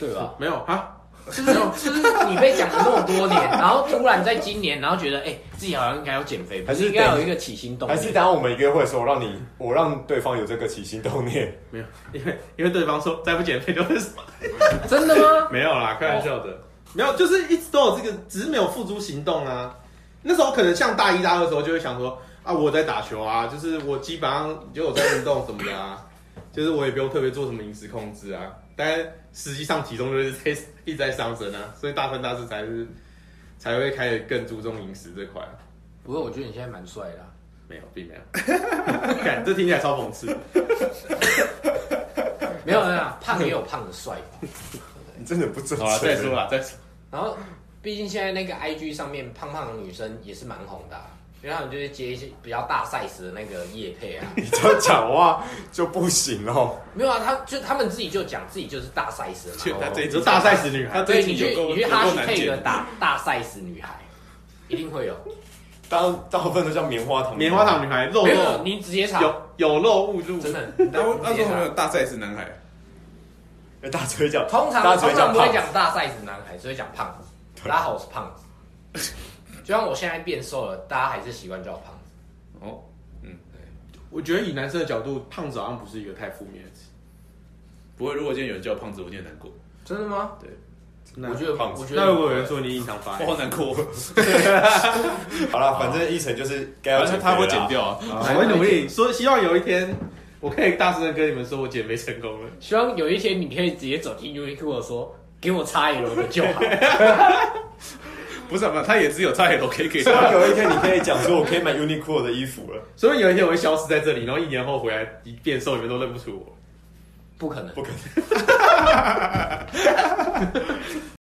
A: 对吧？
D: 没有啊，
A: 就是就是你被讲了那么多年，然后突然在今年，然后觉得哎、自己好像应该要减肥，
C: 还是
A: 应该有一个起心动
C: 还是
A: 念。
C: 当我们约会的时候，让你我让对方有这个起心动念，
D: 没有，因为因为对方说再不减肥就会死。
A: 真的吗？
D: 没有啦，开玩笑的，没有，就是一直都有这个，只是没有付诸行动啊。那时候可能像大一、大二的时候就会想说啊，我在打球啊，就是我基本上就有在运动什么的啊， (coughs) 就是我也不用特别做什么饮食控制啊。但实际上体重就是在 (laughs) 一直在上升啊，所以大三、大四才是才会开始更注重饮食这块啊。
A: 不过我觉得你现在蛮帅的啊、
D: 没有，并 (laughs) 没有。看这听起来超讽刺。
A: 没有没有，
C: (laughs)
A: 胖也有胖的帅吧。
C: 你真的不准。
D: 好了，再说了，再说。
A: 然后，毕竟现在那个 IG 上面胖胖的女生也是蛮红的、啊，因为他们就是接一些比较大 size 的那个叶配啊。
C: 你这样讲话就不行喽。
A: 没有啊，他就他们自己就讲自己就是大 size 的
B: 去
A: 嘛。哦
B: 他这一
D: 你
B: 集
D: 说大 size 女
B: 他
D: 孩，
A: 所
B: 这
A: 以
B: 一
A: 你
B: 集
A: 去
B: 有够
A: 你去
B: 有
A: 哈
B: 够
A: 希
B: 难
A: 配
B: 剪
A: 个。大大 size 女孩，一定会有。
C: 大大部分都叫棉花糖，
D: 棉花糖女孩，肉
A: 没有，
D: 肉
A: 你直接查，
D: 哦有有肉勿入，
A: 真的。
B: 他
A: 你
B: 他
A: 直
B: 说
A: 接
B: 有
A: 查
B: 没有大 size 男孩？啊
C: 哎，大嘴角，
A: 通
C: 大
A: 常
C: 嘴
A: 通
C: 角
A: 常不会
C: 胖，
A: 讲大 size 男孩，只会讲胖子。
C: 对
A: 大家好，我是胖子。就像我现在变瘦了，大家还是习惯叫我胖子。
B: 哦，
D: 我觉得以男生的角度，胖子好像不是一个太负面的词。
B: 不会。如果今天有人叫我胖子，我今天难过，
A: 真的吗？
D: 那
A: 我觉得，
C: 胖子
A: 我觉得
D: 那如果有人说你隐藏发
B: 我好难过。
C: 好了，反正一层就是该要
B: 反
C: 减
B: 正
C: 肥
B: 他会
C: 了
B: 剪
C: 啦。
B: 掉啊。
D: 我会努力，哎说希望有一天我可以大声的跟你们说我减肥成功了。
A: 希望有一天你可以直接走进 Uniqlo 说，给我叉 L 的就好。
B: 不是啊，不是他也只有差 L 可以给 (laughs)
C: 希望
B: 他。
C: (laughs) 有一天你可以讲说，我可以买 Uniqlo 的衣服了，
D: 所以有一天我会消失在这里，然后一年后回来一变瘦，你们都认不出我。
A: 不可能
C: 不，可能。